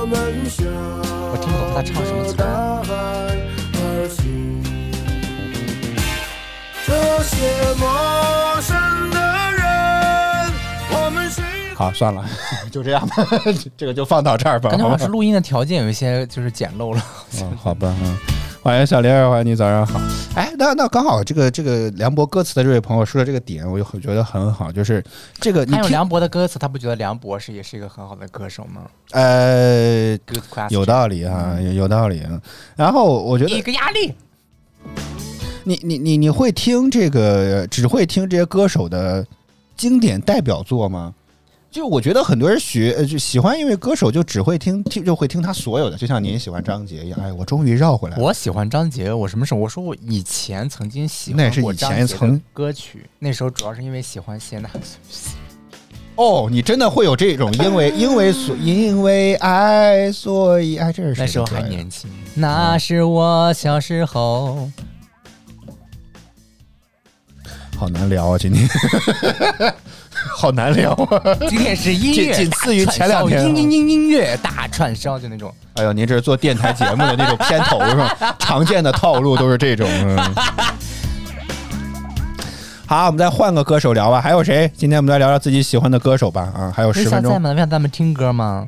B: 我听不懂他唱什么词儿，啊
C: 好，算了， 就这样吧， 这个就放到这儿吧。
B: 感觉
C: 好
B: 好
C: 吧
B: 像是录音的条件有一些就是简陋了。
C: 嗯，好吧，嗯，欢迎小玲儿，欢迎你，早上好。哎，那那刚好这个这个梁博歌词的这位朋友说的这个点，我就很觉得很好，就是这个你
B: 还有
C: 听
B: 梁博的歌词，他不觉得梁博是也是一个很好的歌手吗
C: 呃
B: ？Good question，
C: 有道理啊，有有道理。然后我觉
B: 嗯一
C: 得
B: 个压力。
C: 你你你你会听这个，只会听这些歌手的经典代表作吗？就我觉得很多人学呃就喜欢一位歌手，就只会听听就会听他所有的，就像您喜欢张杰一样。哎，我终于绕回来了。
B: 我喜欢张杰，我什么时候？我说我以前曾经喜
C: 那
B: 欢
C: 是以
B: 过张
C: 前
B: 杰的
C: 曾
B: 歌曲，那时候主要是因为喜欢谢 娜，
C: 哦，你真的会有这种因为因为所因为爱所以爱，这是谁啊
B: 那时候
C: 的歌
B: 还
C: 呀
B: 年轻。那是我小时候。
C: 好难聊啊，今天， 好难聊啊！
B: 今天是音乐，
C: 仅仅次于前两天
B: 串
C: 啊了
B: 烧音音音音乐大串烧，就那种。
C: 哎呦，您这是做电台节目的那种片头是吧？常见的套路都是这种。嗯、好，我们再换个歌手聊吧。还有谁？今天我们来聊聊自己喜欢的歌手吧。啊，还有
B: 你
C: 十
B: 想
C: 分
B: 在
C: 钟。
B: 吗？想咱们听歌吗？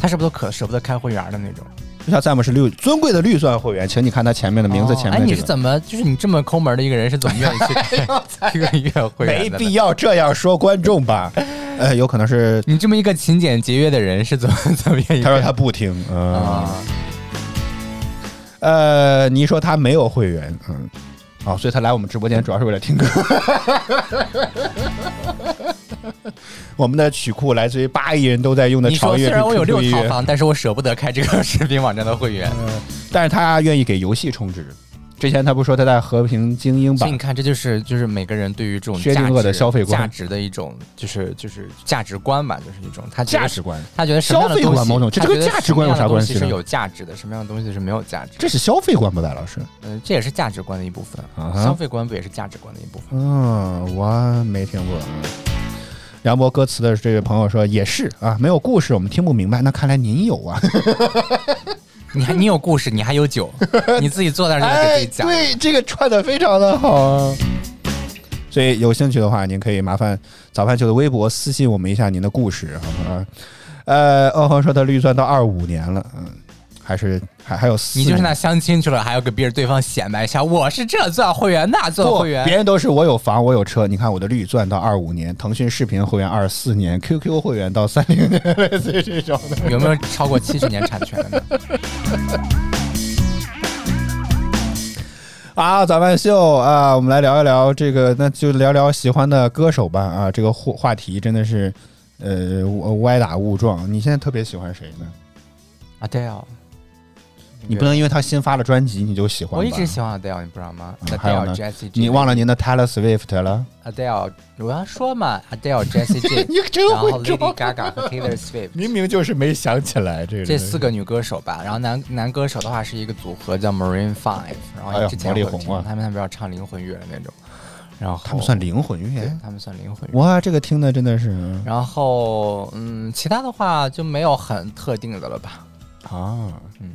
B: 他是不是都可舍不得开会员的那种？
C: 小赞姆是绿尊贵的绿钻会员，请你看他前面的名字
B: 哦
C: 前
B: 哎，
C: 面的、这个哎
B: 你是怎么？就是你这么抠门的一个人，是怎么愿意去开这个音乐会员
C: 没
B: 的呢
C: 必要这样说观众 吧？呃，有可能是
B: 你这么一个勤俭节约的人，是怎么怎么愿意？
C: 他说他 不听，嗯、
B: 啊，
C: 呃，你说他没有会员，嗯，哦，所以他来我们直播间主要是为了听 歌。我们的曲库来自于八亿人都在用的
B: 你
C: 长
B: 说
C: 乐
B: 虽然我有
C: QQ
B: 六
C: 音
B: 套
C: 乐，
B: 房，但是我舍不得开这个 视频网站的会员。
C: 但是他愿意给游戏充值。之前他不是说他在和平精英
B: 所以
C: 版
B: 你看，这就是就是每个人对于这种
C: 薛
B: 价
C: 定谔
B: 值
C: 的消费观
B: 价值的一种，就是就是价值观吧，就是一种他觉得
C: 价值观，
B: 他觉得什么样的
C: 消费
B: 东
C: 观
B: 西
C: 某种这
B: 他
C: 跟
B: 觉得
C: 价值
B: 什么
C: 观有
B: 样的
C: 啥
B: 东
C: 关
B: 西
C: 系
B: 是
C: 呢
B: 有价值的，什么样的东西是没有价值的？
C: 这是消费观不赖老师。
B: 呃，这也是价值观的一部分，
C: 啊哈
B: 消费观不也是价值观的一部分？
C: 嗯，我没听过。嗯杨博歌词的这位朋友说也是啊，没有故事我们听不明白。那看来您有啊，
B: 你还你有故事，你还有 酒，你自己坐在那儿就给自己讲。
C: 哎对，这个串的非常的好啊。所以有兴趣的话，您可以麻烦早饭秀的微博私信我们一下您的故事，好吗？呃，欧恒说他绿钻到二五年了，嗯，还是还还有四
B: 你
C: 年，
B: 就是那相亲去了，还要给别人对方显摆一下，我是这钻会员，那钻
C: 不
B: 会员。
C: 别人都是我有房我有车，你看我的绿钻到二五年，腾讯视频会员二四年，QQ 会员到三零年， 类似于这种的。
B: 有没有超过七十年产权的呢？
C: 啊，咱们秀啊，我们来聊一聊这个，那就聊聊喜欢的歌手吧啊，这个话话题真的是，呃，误歪打误撞。你现在特别喜欢谁呢？
B: 啊，对 哦，
C: 你不能因为他新发了专辑你就喜欢吧？
B: 我一直喜欢 Adele，你不知道吗
C: 嗯还有
B: ？Adele
C: 呢
B: Jessie，J
C: 你忘了您的 Taylor Swift 了？
B: Adele，我要说嘛，Adele Jessie J，
C: 你真
B: 然后
C: 会
B: Lady
C: 装，
B: Gaga 和 Taylor Swift
C: 明明就是没想起来这个。
B: 这四个女歌手吧，然后男男歌手的话是一个组合叫 Marine Five，然
C: 哎
B: 后
C: 呀
B: 之前
C: 魔力
B: 我有
C: 红
B: 听
C: 啊
B: 他们他们要唱灵魂乐的那种，然后
C: 他们算啊灵魂
B: 对
C: 乐，
B: 他们算灵魂乐。
C: 哇，这个听的真的是嗯
B: 然后，嗯，其他的话就没有很特定的了吧？
C: 啊，
B: 嗯。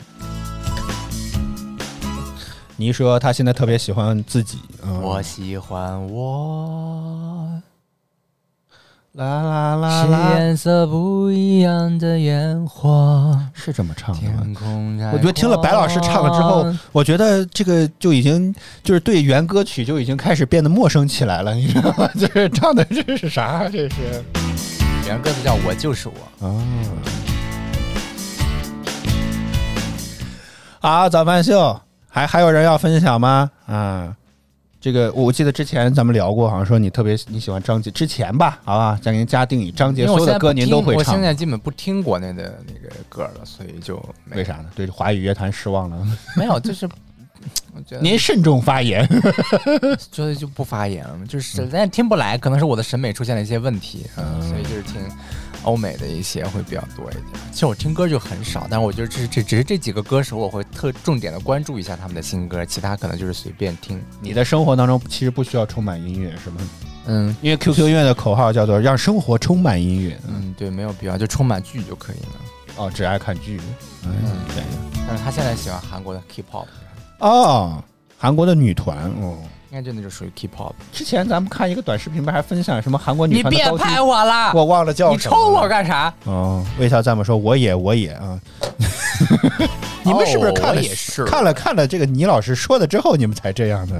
C: 你一说他现在特别喜欢自己，嗯，
B: 我喜欢我，
C: 啦啦啦
B: 是
C: 啦，
B: 颜色不一样的烟火，
C: 是这么唱的吗？
B: 天空在。
C: 嗯我觉得听了白老师唱了之后，
B: 哦
C: 我觉得这个就已经就是对原歌曲就已经开始变得陌生起来了，你知道吗？ 就是唱的这是啥？这是
B: 原歌词叫《我就是我》。
C: 啊。好，啊早饭秀还还有人要分享吗？啊，这个我记得之前咱们聊过，好像说你特别你喜欢张杰，之前吧，好吧，再给您加定义，张杰
B: 因为我
C: 所
B: 现在
C: 有的
B: 不
C: 歌您
B: 听
C: 都会
B: 我
C: 唱
B: 现，在基本不听国内的那个歌了，所以就没
C: 为啥呢？对华语乐坛失望了？
B: 没有， 就是我觉得
C: 您慎重发言。
B: 所以就不发言了，就是
C: 嗯
B: 实在听不来，可能是我的审美出现了一些问题，嗯，所以就是听欧美的一些会比较多一点。其实我听歌就很少，但是我觉得这这只是这几个歌手，我会特重点的关注一下他们的新歌，其他可能就是随便听。
C: 你的生活当中其实不需要充满音乐，是吗？
B: 嗯
C: 因为 QQ 音乐的口号叫做“让生活充满音乐
B: 嗯，对，没有必要，就充满剧就可以了。”，
C: 哦，只爱看剧，嗯，对，
B: 但是他现在喜欢韩国的 K-pop，
C: 哦，韩国的女团，哦，
B: 应该真的就属于 K-pop。
C: 之前咱们看一个短视频，不是还分享什么韩国女团的高低，
B: 我啦
C: 我忘了叫什么了
B: 干 啥？
C: 哦，魏小赞么说我也我也啊， 你们是不是看
B: 哦
C: 了、
B: 我也是
C: 看了看了这个倪老师说的之后，你们才这样的？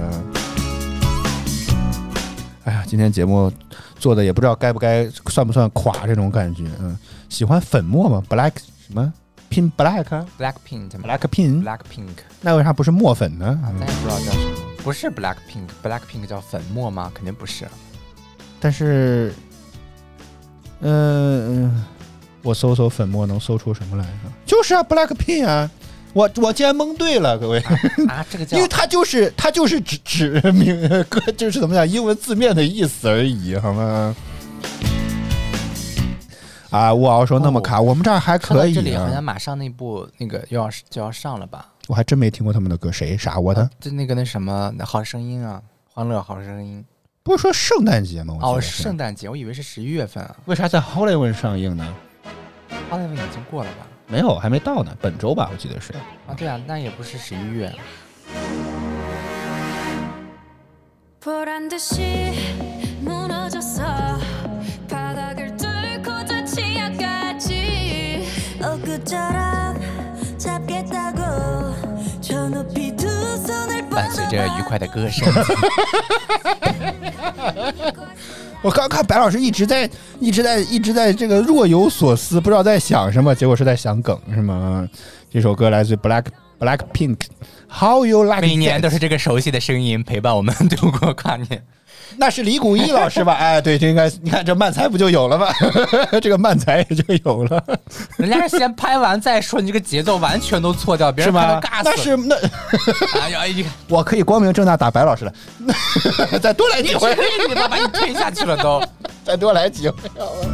C: 哎呀，今天节目做的也不知道该不该算不算垮这种感觉，嗯，喜欢粉末吗？Black 什么 Pin Black
B: ？Blackpink 吗
C: Black Pin，
B: ？Blackpink。
C: 那为啥不是墨粉呢？嗯
B: 咱也不知道叫什么，不是 Black Pink，Black Pink 叫粉末吗？肯定不是。
C: 但是，嗯、我搜搜粉末能搜出什么来啊？就是啊，Black Pin 啊，我我竟然蒙对了，各位。
B: 啊，这个叫
C: 嗯因为它就是它就是指指明歌， 就是怎么讲英文字面的意思而已，好吗？啊，吴敖说那么卡，我们这儿还
B: 看
I: 哦
B: 到
C: 可以、啊。
B: 这里好像马上那部那个又要就要上了吧？
C: 我还真没听过他们的歌，谁傻我
I: 啊
C: 的？
B: 就那个那什么《好声音》啊，《欢乐好声音
C: 不是说圣诞节吗》？我记
B: 哦，
C: 得
B: 是
C: 是
B: 圣诞节，我以为是十一月份啊，
I: 为啥在 Hollywood 上映呢？
B: 花那已经过了吧？
I: 没有，还没到呢，本周吧，我记得是。
B: 啊，对啊，那也不是十一月，啊
F: 보란 듯이 무너졌어 바닥을 뚫고 저 치아까지 엊그처럼 잡겠다고 저 높이 두 손을
B: 伴随着愉快的歌声，
C: 我刚看白老师一直在一直在一直在这个若有所思，不知道在想什么，结果是在想梗是吗？这首歌来自 Black Black Pink。How you like？
B: 每年
C: that？
B: 都是这个熟悉的声音陪伴我们度过跨年。
C: 那是李谷一老师吧？ 哎，对，这应该你看这漫才不就有了吗？ 这个漫才也就有了，
B: 人家是先拍完再说，你这个节奏完全都错掉，别
C: 是
B: 人看
C: 吗
B: 都？尬
C: 那
B: 死了。
C: 是那
B: 哎呀，哎呀，
C: 我可以光明正大打白老师了， 再多来几回，
B: 你把把你推下去了 都。
C: 再多来几回。好吧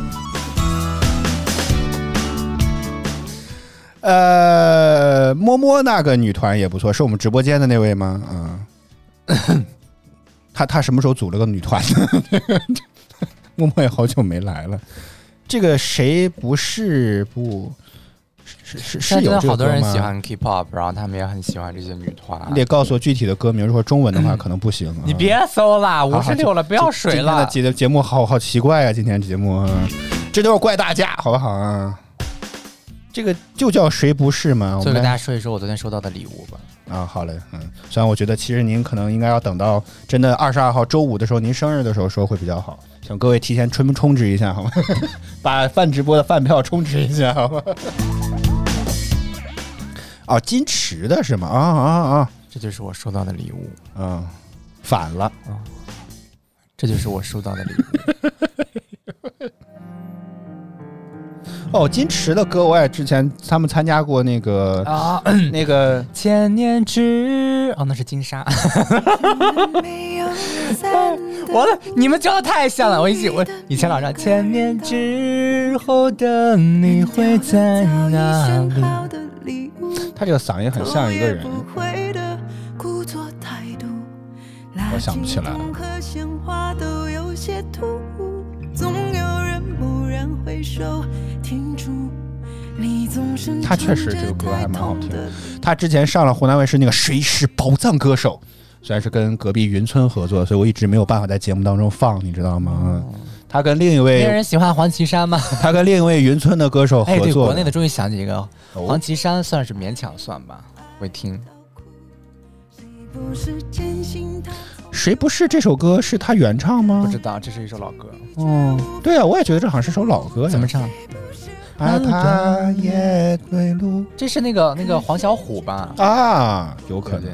C: 呃，摸摸那个女团也不错，是我们直播间的那位吗？嗯，她她什么时候组了个女团？ 摸摸也好久没来了。这个谁不是不是是是
B: 现在真
C: 有
B: 的
C: 这个
B: 好多
C: 歌
B: 人
C: 吗
B: 喜欢 K-pop，然后他们也很喜欢这些女团。啊
C: 你得告诉我具体的歌名，如果中文的话可能不行。
B: 你
C: 嗯
B: 别搜啦，
C: 好
B: 五
C: 好
B: 十六了，
C: 今
B: 不要水了。
C: 今天的节节目好好奇怪啊！今天节目，嗯这都是怪大家，好不好啊？这个就叫谁不是嘛？我
B: 最后
C: 们
B: 给大家说一说我昨天收到的礼物吧。
C: 啊，好嘞，嗯。虽然我觉得其实您可能应该要等到真的二十二号周五的时候，您生日的时候说会比较好，请各位提前充充值一下好吗？ 把饭直播的饭票充值一下好吗？哦，金池的是吗？啊啊
B: 这就是我收到的礼物，
C: 啊啊！反了，
B: 这就是我收到的礼物。
C: 哦，金池的歌我也之前他们参加过那个、
B: 啊，
C: 那个
B: 千年之哦，那是金沙。
C: 哦
B: 完了，你们教的太像了，我一起我以前老唱千年之后的你会在哪里？
C: 他这个嗓音很像一个人，
J: 我
C: 我想不起来了
J: 可鲜花都有些突兀，总有人蓦然回首，停住。你总是
C: 他确实这个歌还蛮好听的。他之前上了湖南卫视那个《谁是宝藏歌手》，虽然是跟隔壁云村合作，所以我一直没有办法在节目当中放，你知道吗？他跟另一
B: 哦没有
C: 位，
B: 人喜欢黄绮珊吗？
C: 他跟另一位云村的歌手
B: 哎，
C: 合
B: 对，
C: 作，
B: 国内的终于想起一个
C: 哦
B: 黄绮珊，算是勉强算吧，会听。
J: 不是真心的
C: 谁不是这首歌是他原唱吗
B: 不？知道，这是一首老歌，
C: 哦，对啊，我也觉得这好像是首老歌呀。
B: 怎么唱？
C: 害怕夜归路
B: 这是那个那个黄小琥吧？
C: 啊，有可能。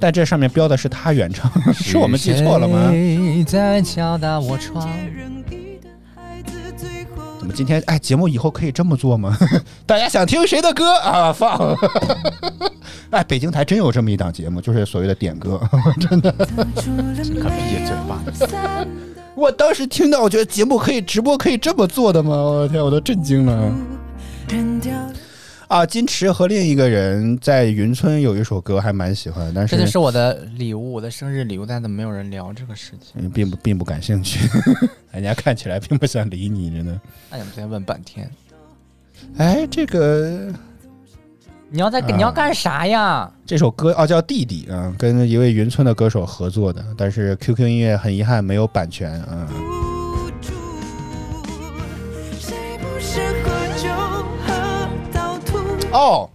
C: 但这上面标的是他 原唱，是我们记错了吗？
B: 谁在敲打我窗？
J: 人一的孩子最后
C: 怎么今天哎，节目以后可以这么做吗？ 大家想听谁的歌啊？放。 哎，北京台真有这么一档节目，就是所谓的点歌。
J: 可闭嘴吧！
C: 我当时听到，我觉得节目可以直播，可以这么做的吗？我的天，我都震惊了
J: 扔掉
C: 啊！金池和另一个人在云村有一首歌还蛮喜欢，但
B: 这就是是我的礼物，我的生日礼物，但怎么没有人聊这个事情？
C: 嗯并不并不感兴趣。 人家看起来并不想理你，真的。
B: 那哎你们昨天问半天，
C: 哎，这个
B: 你要在、
C: 啊
B: 你要干啥呀？
C: 这首歌哦叫《弟弟》啊，跟一位云村的歌手合作的，但是 QQ 音乐很遗憾没有版权啊。
J: 不住，谁不是喝酒喝到吐？
C: 哦，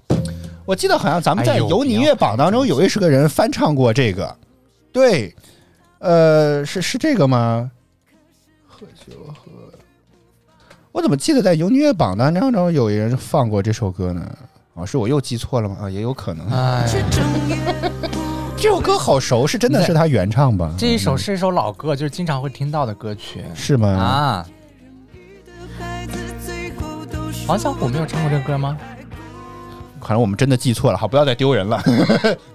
C: 我记得好像咱们在
B: 哎呦
C: 有你音乐榜当中有一是个人翻唱过这个，对，呃，是是这个吗？喝酒喝，我怎么记得在有你音乐榜当中有一人放过这首歌呢？啊，是我又记错了吗？啊，也有可能。
B: 哎，
J: 却整夜
C: 这首歌好熟，是真的是他原唱吧？
B: 这一首是一首老歌，就是经常会听到的歌曲
C: 是吗？
B: 啊。
J: 孩子最后都说
B: 黄小琥没有唱过这个歌吗？
C: 可能我们真的记错了，好，不要再丢人了。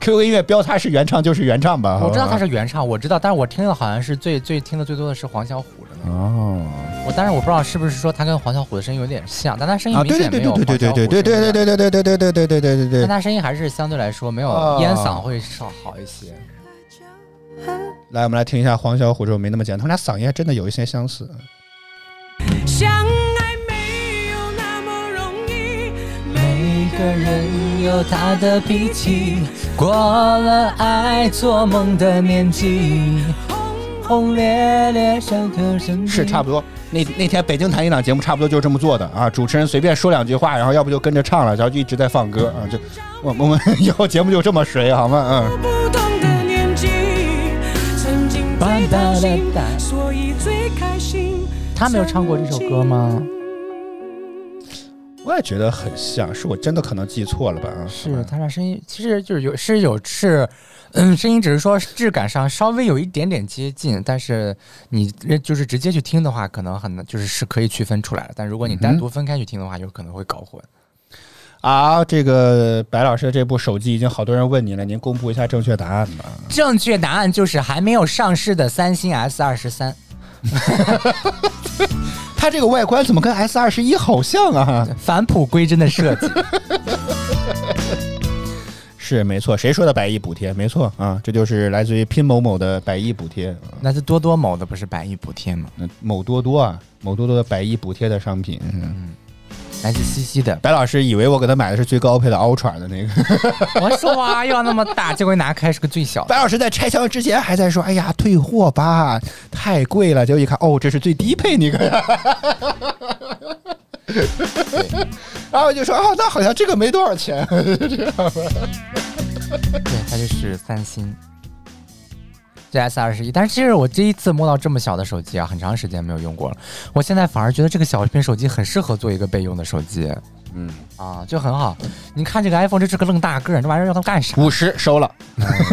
C: QQ 音乐标它是原唱就是原唱吧，好吧
B: 我知道他是原唱，我知道，但是我听的好像是最最听的最多的是黄小琥的那个。
C: 哦，
B: 我当然我不知道是不是说他跟黄小琥的声音有点像，但他声音
C: 啊，
B: 明
C: 对对
B: 显
C: 对
B: 没有
C: 对对对
B: 黄小
C: 对
B: 琥
C: 对对
B: 声音啊
C: 对对对对对对对对对对对对
B: 但。他声音还是相对来说没有
C: 啊
B: 烟嗓会稍好一些。
C: 来，我们来听一下黄小琥这首《没那么简单》，他们俩嗓音还真的有一些相似。
J: 相爱没有那么容易，
D: 每个人有他的脾气，过了爱做梦的年纪，轰轰烈烈伤口生
C: 是差不多。那那天北京谈一档节目，差不多就是这么做的啊。主持人随便说两句话，然后要不就跟着唱了，然后就一直在放歌啊。就我我们以后节目就这么水好吗？嗯。
J: 不同的年纪，曾经最贪心，所以最开心。
B: 他没有唱过这首歌吗？
C: 我也觉得很像，是我真的可能记错了吧？啊，
B: 是他俩声音其实就是有是有是，嗯，声音只是说质感上稍微有一点点接近，但是你就是直接去听的话，可能很难，就是是可以区分出来的。但如果你
C: 嗯
B: 单独分开去听的话，有可能会搞混。
C: 啊，这个白老师的这部手机已经好多人问你了，您公布一下正确答案吧。
B: 正确答案就是还没有上市的三星 S 二十三，
C: 它这个外观怎么跟 S 二十一好像啊？
B: 返璞归真的设计。
C: 是没错，谁说的百亿补贴？没错啊，这就是来自于拼某某的百亿补贴，啊
B: 那是多多某的，不是百亿补贴吗？
C: 那某多多啊，某多多的百亿补贴的商品。嗯，
B: 来自西西的
C: 白老师以为我给他买的是最高配的 Ultra 的那个。
B: 我说哇，要那么大，结果一拿开是个最 小的。
C: 白老师在拆箱之前还在说：“哎呀，退货吧，太贵了。”结果一看，哦，这是最低配那个。 然后我就说：“啊，那好像这个没多少钱。
B: 对，它就是三星。这 S 二十一，但是其实我第一次摸到这么小的手机啊，很长时间没有用过了。我现在反而觉得这个小屏手机很适合做一个备用的手机，”
C: 嗯，
B: 啊，就很好。你看这个 iPhone，这是个愣大个儿，这玩意儿要它干 啥？
C: 五十收了，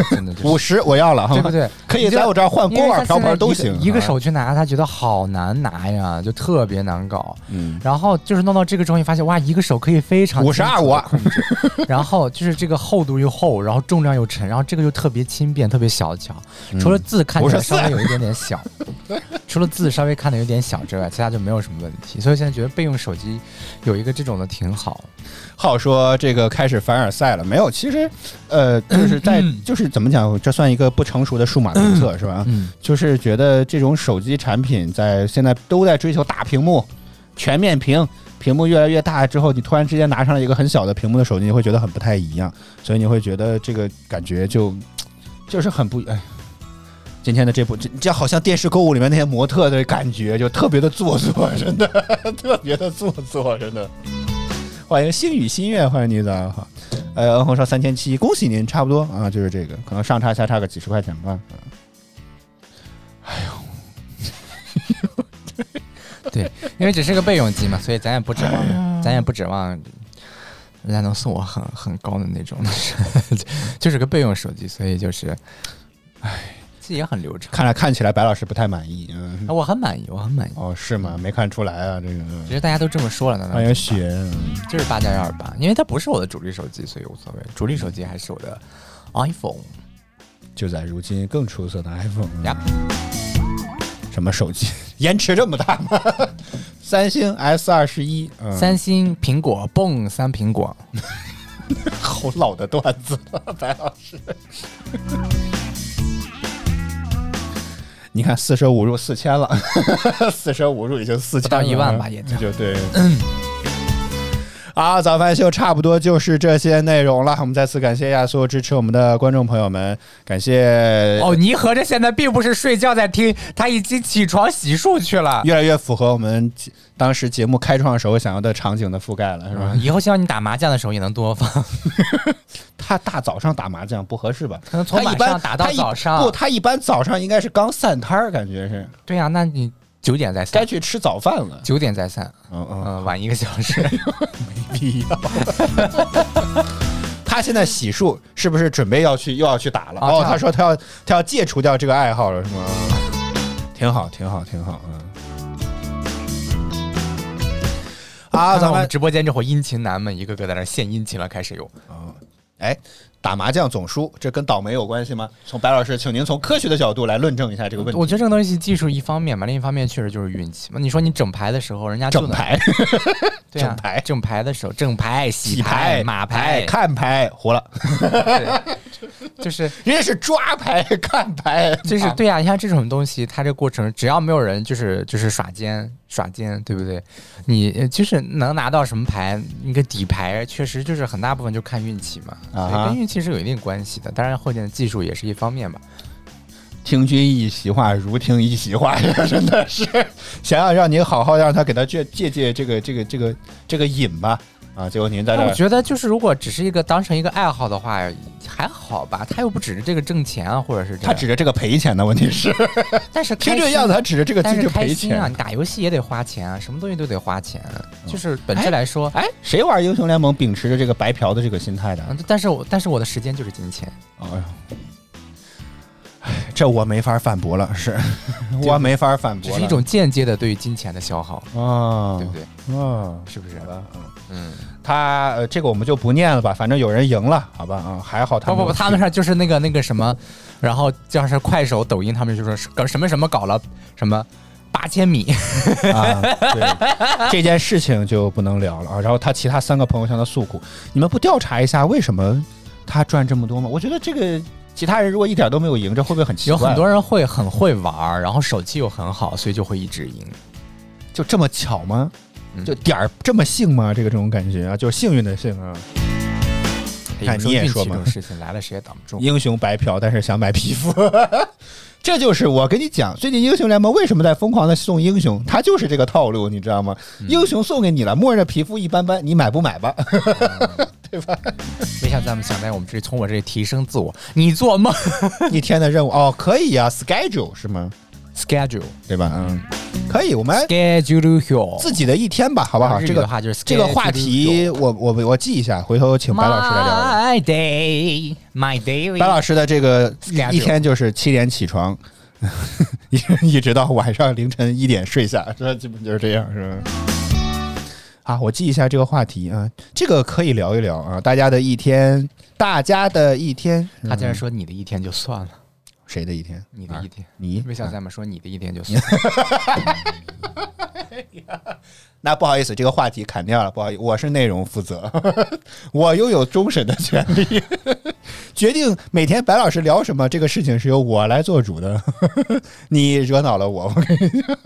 B: 真的、就是，
C: 五十我要了，
B: 对不对？
C: 可以
B: 你就
C: 在我这儿换锅碗瓢盆都
B: 因为他
C: 行
B: 现在一个一个
C: 啊
B: 手去拿，他觉得好难拿呀，就特别难搞。
C: 嗯，
B: 然后就是弄到这个之后，你发现哇，一个手可以非常
C: 五十啊二我，
B: 然后就是这个厚度又厚，然后重量又沉，然后这个又特别轻便，特别小巧。
C: 嗯
B: 除了字看起来稍微有一点点小，除了字稍微看的有点小之外，其他就没有什么问题。所以现在觉得备用手机有一个这种的挺好。
C: 好说这个开始凡尔赛了没有？其实，呃，就是在就是怎么讲，这算一个不成熟的数码评测是吧？
B: 嗯，
C: 就是觉得这种手机产品在现在都在追求大屏幕、全面屏，屏幕越来越大之后，你突然之间拿上了一个很小的屏幕的手机，你会觉得很不太一样，所以你会觉得这个感觉就就是很不哎。今天的这部这这好像电视购物里面那些模特的感觉，就特别的做作，真的 特别的做作，真的。欢迎星语心愿，欢迎你的好，呃，恩红烧三千七，恭喜您，差不多啊，就是这个，可能上差下差个几十块钱吧。
B: 因为只是个备用机嘛，所以咱也不指望，咱也不指望人家能送我很很高的那种， 就是个备用手机，所以就是，唉，其实也很流畅。
C: 看来看起来白老师不太满意，嗯，
B: 啊我很满意，我很满意。
C: 哦，是吗？没看出来啊，这个。
B: 其实大家都这么说了，那
C: 欢迎雪，嗯
B: 就是八加幺二八，因为它不是我的主力手机，所以无所谓。主力手机还是我的 iPhone。
C: 就在如今更出色的 iPhone，嗯
B: 呀
C: 什么手机 延迟这么大吗？ 三星 S 二十一，嗯
B: 三星、苹果、蹦三苹果，
C: 好老的段子 了，白老师。你看，四舍五入四千了， 四舍五入已经四千
B: 不到
C: 了
B: 一万吧也就
C: 就对。啊，早饭秀差不多就是这些内容了。我们再次感谢一下所有支持我们的观众朋友们，感谢
B: 哦，你合着现在并不是睡觉在听，他已经起床洗漱去了。
C: 越来越符合我们当时节目开创时候想要的场景的覆盖了，是吧？
B: 以后希望你打麻将的时候也能多放，
C: 他大早上打麻将不合适吧？
B: 可能从
C: 他一
B: 晚
C: 般
B: 上打到
C: 他一
B: 早上
C: 不，他一般早上应该是刚散摊儿，感觉是
B: 对呀、那你九点再
C: 该
B: 散，
C: 去吃早饭了。
B: 九点再散，
C: 嗯
B: 嗯、
C: 嗯，
B: 晚一个小时。
C: 没必要。他现在洗漱是不是准备要去又要去打了？
B: 啊
C: 哦
B: 这，样
C: 他说他要他要戒除掉这个爱好了，是吗？挺好，挺好，挺好，嗯。啊，
B: 看看
C: 咱
B: 我们
C: 们啊
B: 直播间这伙殷勤男们一个个在那献殷勤了，开始有。
C: 哎，打麻将总输，这跟倒霉有关系吗？从白老师，请您从科学的角度来论证一下这个问题。
B: 我觉得这个东西技术一方面嘛，另一方面确实就是运气嘛。你说你整牌的时候，人家就
C: 整
B: 能
C: 牌、
B: 对啊
C: 整牌
B: 整牌的时候，正牌、洗
C: 洗牌、
B: 马
C: 牌、
B: 牌，
C: 看牌，活了，
B: 就是
C: 人家是抓牌、看牌，
B: 就是对呀、你像这种东西，它这过程只要没有人就是就是耍奸耍奸，对不对？你呃就是能拿到什么牌，那个底牌确实就是很大部分就看运气嘛，
C: 啊哈
B: 所以跟运气是有一定关系的。当然后天的技术也是一方面吧。
C: 听君一席话，如听一席话，真的是
K: 想要让您好好让他给他借借借这个这个这个这个瘾吧，
C: 啊！结果您在这
B: 但我
C: 儿
B: 觉得就是如果只是一个当成一个爱好的话，还好吧，他又不指着这个挣钱啊，或者是这
C: 他
B: 样
C: 指着这个赔钱的问题是，
B: 但 是
K: 听
B: 开
K: 这个
B: 心
K: 样子，他指着这个
B: 但
K: 机
B: 是
K: 就
B: 开
K: 赔
B: 心
K: 钱
B: 啊！
K: 嗯
B: 你。打游戏也得花钱啊，什么东西都得花钱，啊就是本质来说，
C: 哎，谁玩英雄联盟秉持着这个白嫖的这个心态的？
B: 嗯，但是我但是我的时间就是金钱，
C: 哎呀，这我没法反驳 了，是我没法反
B: 只
C: 驳了，
B: 是一种间接的对于金钱的消耗，
C: 啊
B: 对不对？
C: 啊，
B: 是不是？
C: 嗯，他呃，这个我们就不念了吧，反正有人赢了，好吧啊，还好他
B: 不不不，他们那儿就是那个那个什么，然后要是快手、抖音，他们就说是搞什么什么搞了什么八千米，
C: 们啊， 对这件事情就不能聊了啊。然后他其他三个朋友向他诉苦，你们不调查一下为什么他赚这么多吗？我觉得这个其他人如果一点都没有赢，这会不会很奇怪？
B: 有很多人会很会玩儿，然后手气又很好，所以就会一直赢。
C: 就这么巧吗？
B: 嗯
C: 就点儿这么幸吗？这个这种感觉啊，就是幸运的幸啊。看
B: 有时候
C: 你也
B: 运气
C: 说
B: 这
C: 嘛
B: 种事情来了谁也挡不住。
C: 英雄白嫖，但是想买皮肤。 这就是我跟你讲，最近英雄联盟为什么在疯狂的送英雄，它就是这个套路，你知道吗？
B: 嗯
C: 英雄送给你了，默认皮肤一般般，你买不 买吧？
B: 没想到咱们想在我们这里从我这里提升自我，你做梦
C: 一天的任务哦，可以啊，schedule 是吗？
B: schedule
C: 对吧？嗯，可以，我们
B: schedule here
C: 自己的一天吧，好不好？
B: 日语
C: 啊这个
B: 的话就是
C: 这个话题，我我我记一下，回头请白老师来聊。
B: My day, my daily。
C: 白老师的这个
B: Schedule
C: 一天就是七点起床，一一直到晚上凌晨一点睡下，是吧？基本就是这样，是吧？啊，我记一下这个话题啊，这个可以聊一聊啊，大家的一天，大家的一天，
B: 他竟然说你的一天就算了，
C: 谁的一天？
B: 你的一天，
C: 你
B: 没想
C: 啊
B: 咱们说你的一天就算了。
C: 那不好意思，这个话题砍掉了，不好意思，我是内容负责， 我拥有终审的权利， 决定每天白老师聊什么这个事情是由我来做主的， 你惹恼了我，我跟你讲。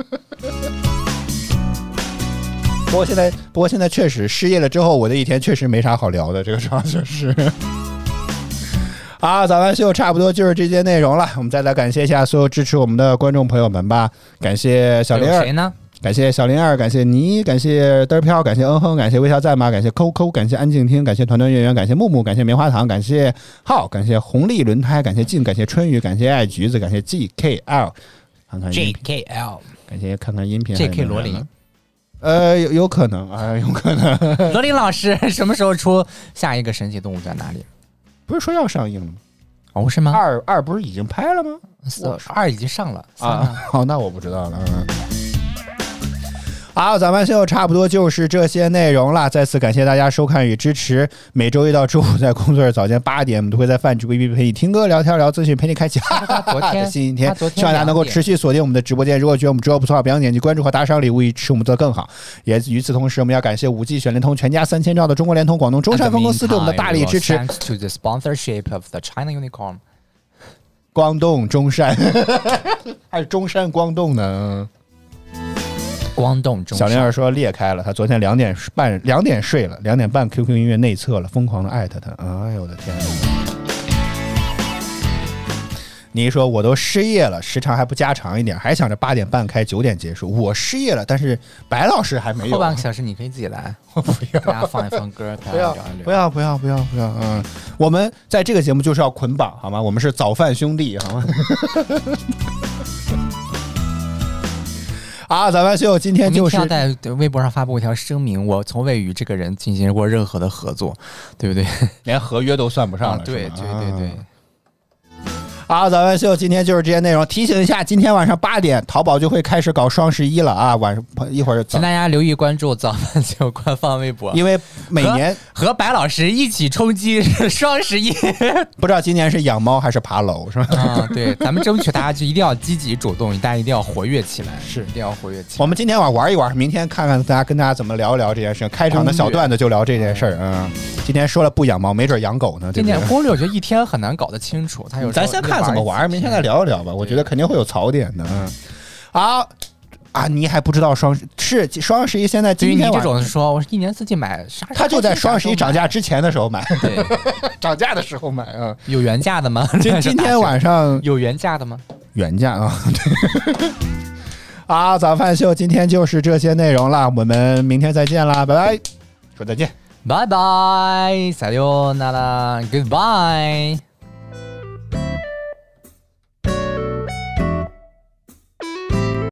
C: 不过现在，不过现在确实失业了之后，我的一天确实没啥好聊的，这个主要就是。好，早安秀差不多就是这些内容了，我们再来感谢一下所有支持我们的观众朋友们吧，感谢小
B: 有
C: 玲儿
B: 谁。呢？
C: 感谢小林儿，感谢你，感谢嘚儿飘，感谢嗯哼，感谢微笑在吗？感谢扣扣，感谢安静听，感谢团团圆圆，感谢木木，感谢棉花糖，感谢浩，感谢红利轮胎，感谢静，感谢春雨，感谢爱橘子，感谢 GKL，看看音频，
B: JKL
C: 感谢看看音频还有没
B: JK
C: 有
B: 罗
C: 人了
B: 琳，
C: 呃，有有可能啊，有可能，
B: 罗琳老师 什么时候出下一个神奇动物在哪里？
C: 不是说要上映了吗？
B: 哦，是吗？
C: 二二不是已经拍了吗？
B: 四二已经上了
C: 啊，，好，那我不知道了。嗯好，咱们就差不多就是这些内容了。再次感谢大家收看与支持。每周一到周五在工作日早间八点，我们都会在饭局 BB 陪你听歌、聊天、聊资讯，陪你开启哈哈
B: 昨
C: 哈哈的
B: 天
C: 新一天
B: 他。昨天
C: 希望大家能够
B: 两点
C: 持续锁定我们的直播间。如果觉得我们直播不错，不要点击关注和打赏礼物，以使我们做得更好。也与此同时，我们要感谢五 G 选联通全家三千兆的中国联通广东中山分公司对我们的大力支持。
B: Thanks to the sponsorship of the China Unicorn。
C: 光动中山， 还是中山光动呢？嗯
B: 光动中
C: 小
B: 山
C: 玲儿说裂开了，她昨天两点半两点睡了，两点半 QQ 音乐内测了，疯狂的艾特她。哎呦我的天哪！你一说我都失业了，时长还不加长一点，还想着八点半开九点结束。我失业了，但是白老师还没有。啊
B: 后半个小时你可以自己 来，
C: 我不要。
B: 大家放一放歌，大
C: 不
B: 家
C: 要
B: 聊一聊。
C: 不哎要不要不要不要，嗯，我们在这个节目就是要捆绑，好吗？我们是早饭兄弟，好吗？ 好，啊早饭秀今
B: 我
C: 天
B: 们一
C: 就
B: 定
C: 是
B: 要在微博上发布一条声明，我从未与这个人进行过任何的合作，对不对？啊
C: 连合约都算不上了。
B: 对
C: 是啊
B: 对
C: 吗
B: 对对。
C: 好，早饭秀今天就是这些内容。提醒一下，今天晚上八点，淘宝就会开始搞双十一了啊！晚上一会儿早
B: 请，大家留意关注早饭秀官方微博，
C: 因为每年
B: 和和白老师一起冲击 双十一
C: 不知道今年是养猫还是爬楼，是吧？
B: 啊！对，咱们争取大家就一定要积极主动，大家一定要活跃起来，
C: 是
B: 一定要活跃起来。
C: 我们今天晚上玩一玩，明天看看大家跟大家怎么聊一聊这件事。开场的小段子就聊这件事儿嗯，今天说了不养猫，没准养狗呢，
B: 今
C: 对不对
B: 天？攻略我觉得一天很难搞得清楚，它有时候
C: 咱先看怎么玩，明天再聊一聊吧。我觉得肯定会有槽点的。嗯，好啊，你还不知道双十是双十一现在
B: 对于
C: 今
B: 你
C: 天
B: 这
C: 晚上
B: 种说，我是一年四季买啥？
C: 他就在双十一涨价之前的时候 买，
B: 对，
C: 涨价的时候买啊。
B: 有原价的吗？
C: 今今天晚上
B: 有原价的吗？
C: 原价啊。 啊，早饭秀今天就是这些内容了，我们明天再见啦，拜拜，说再见。
B: 拜拜，撒哟那拉，Goodbye。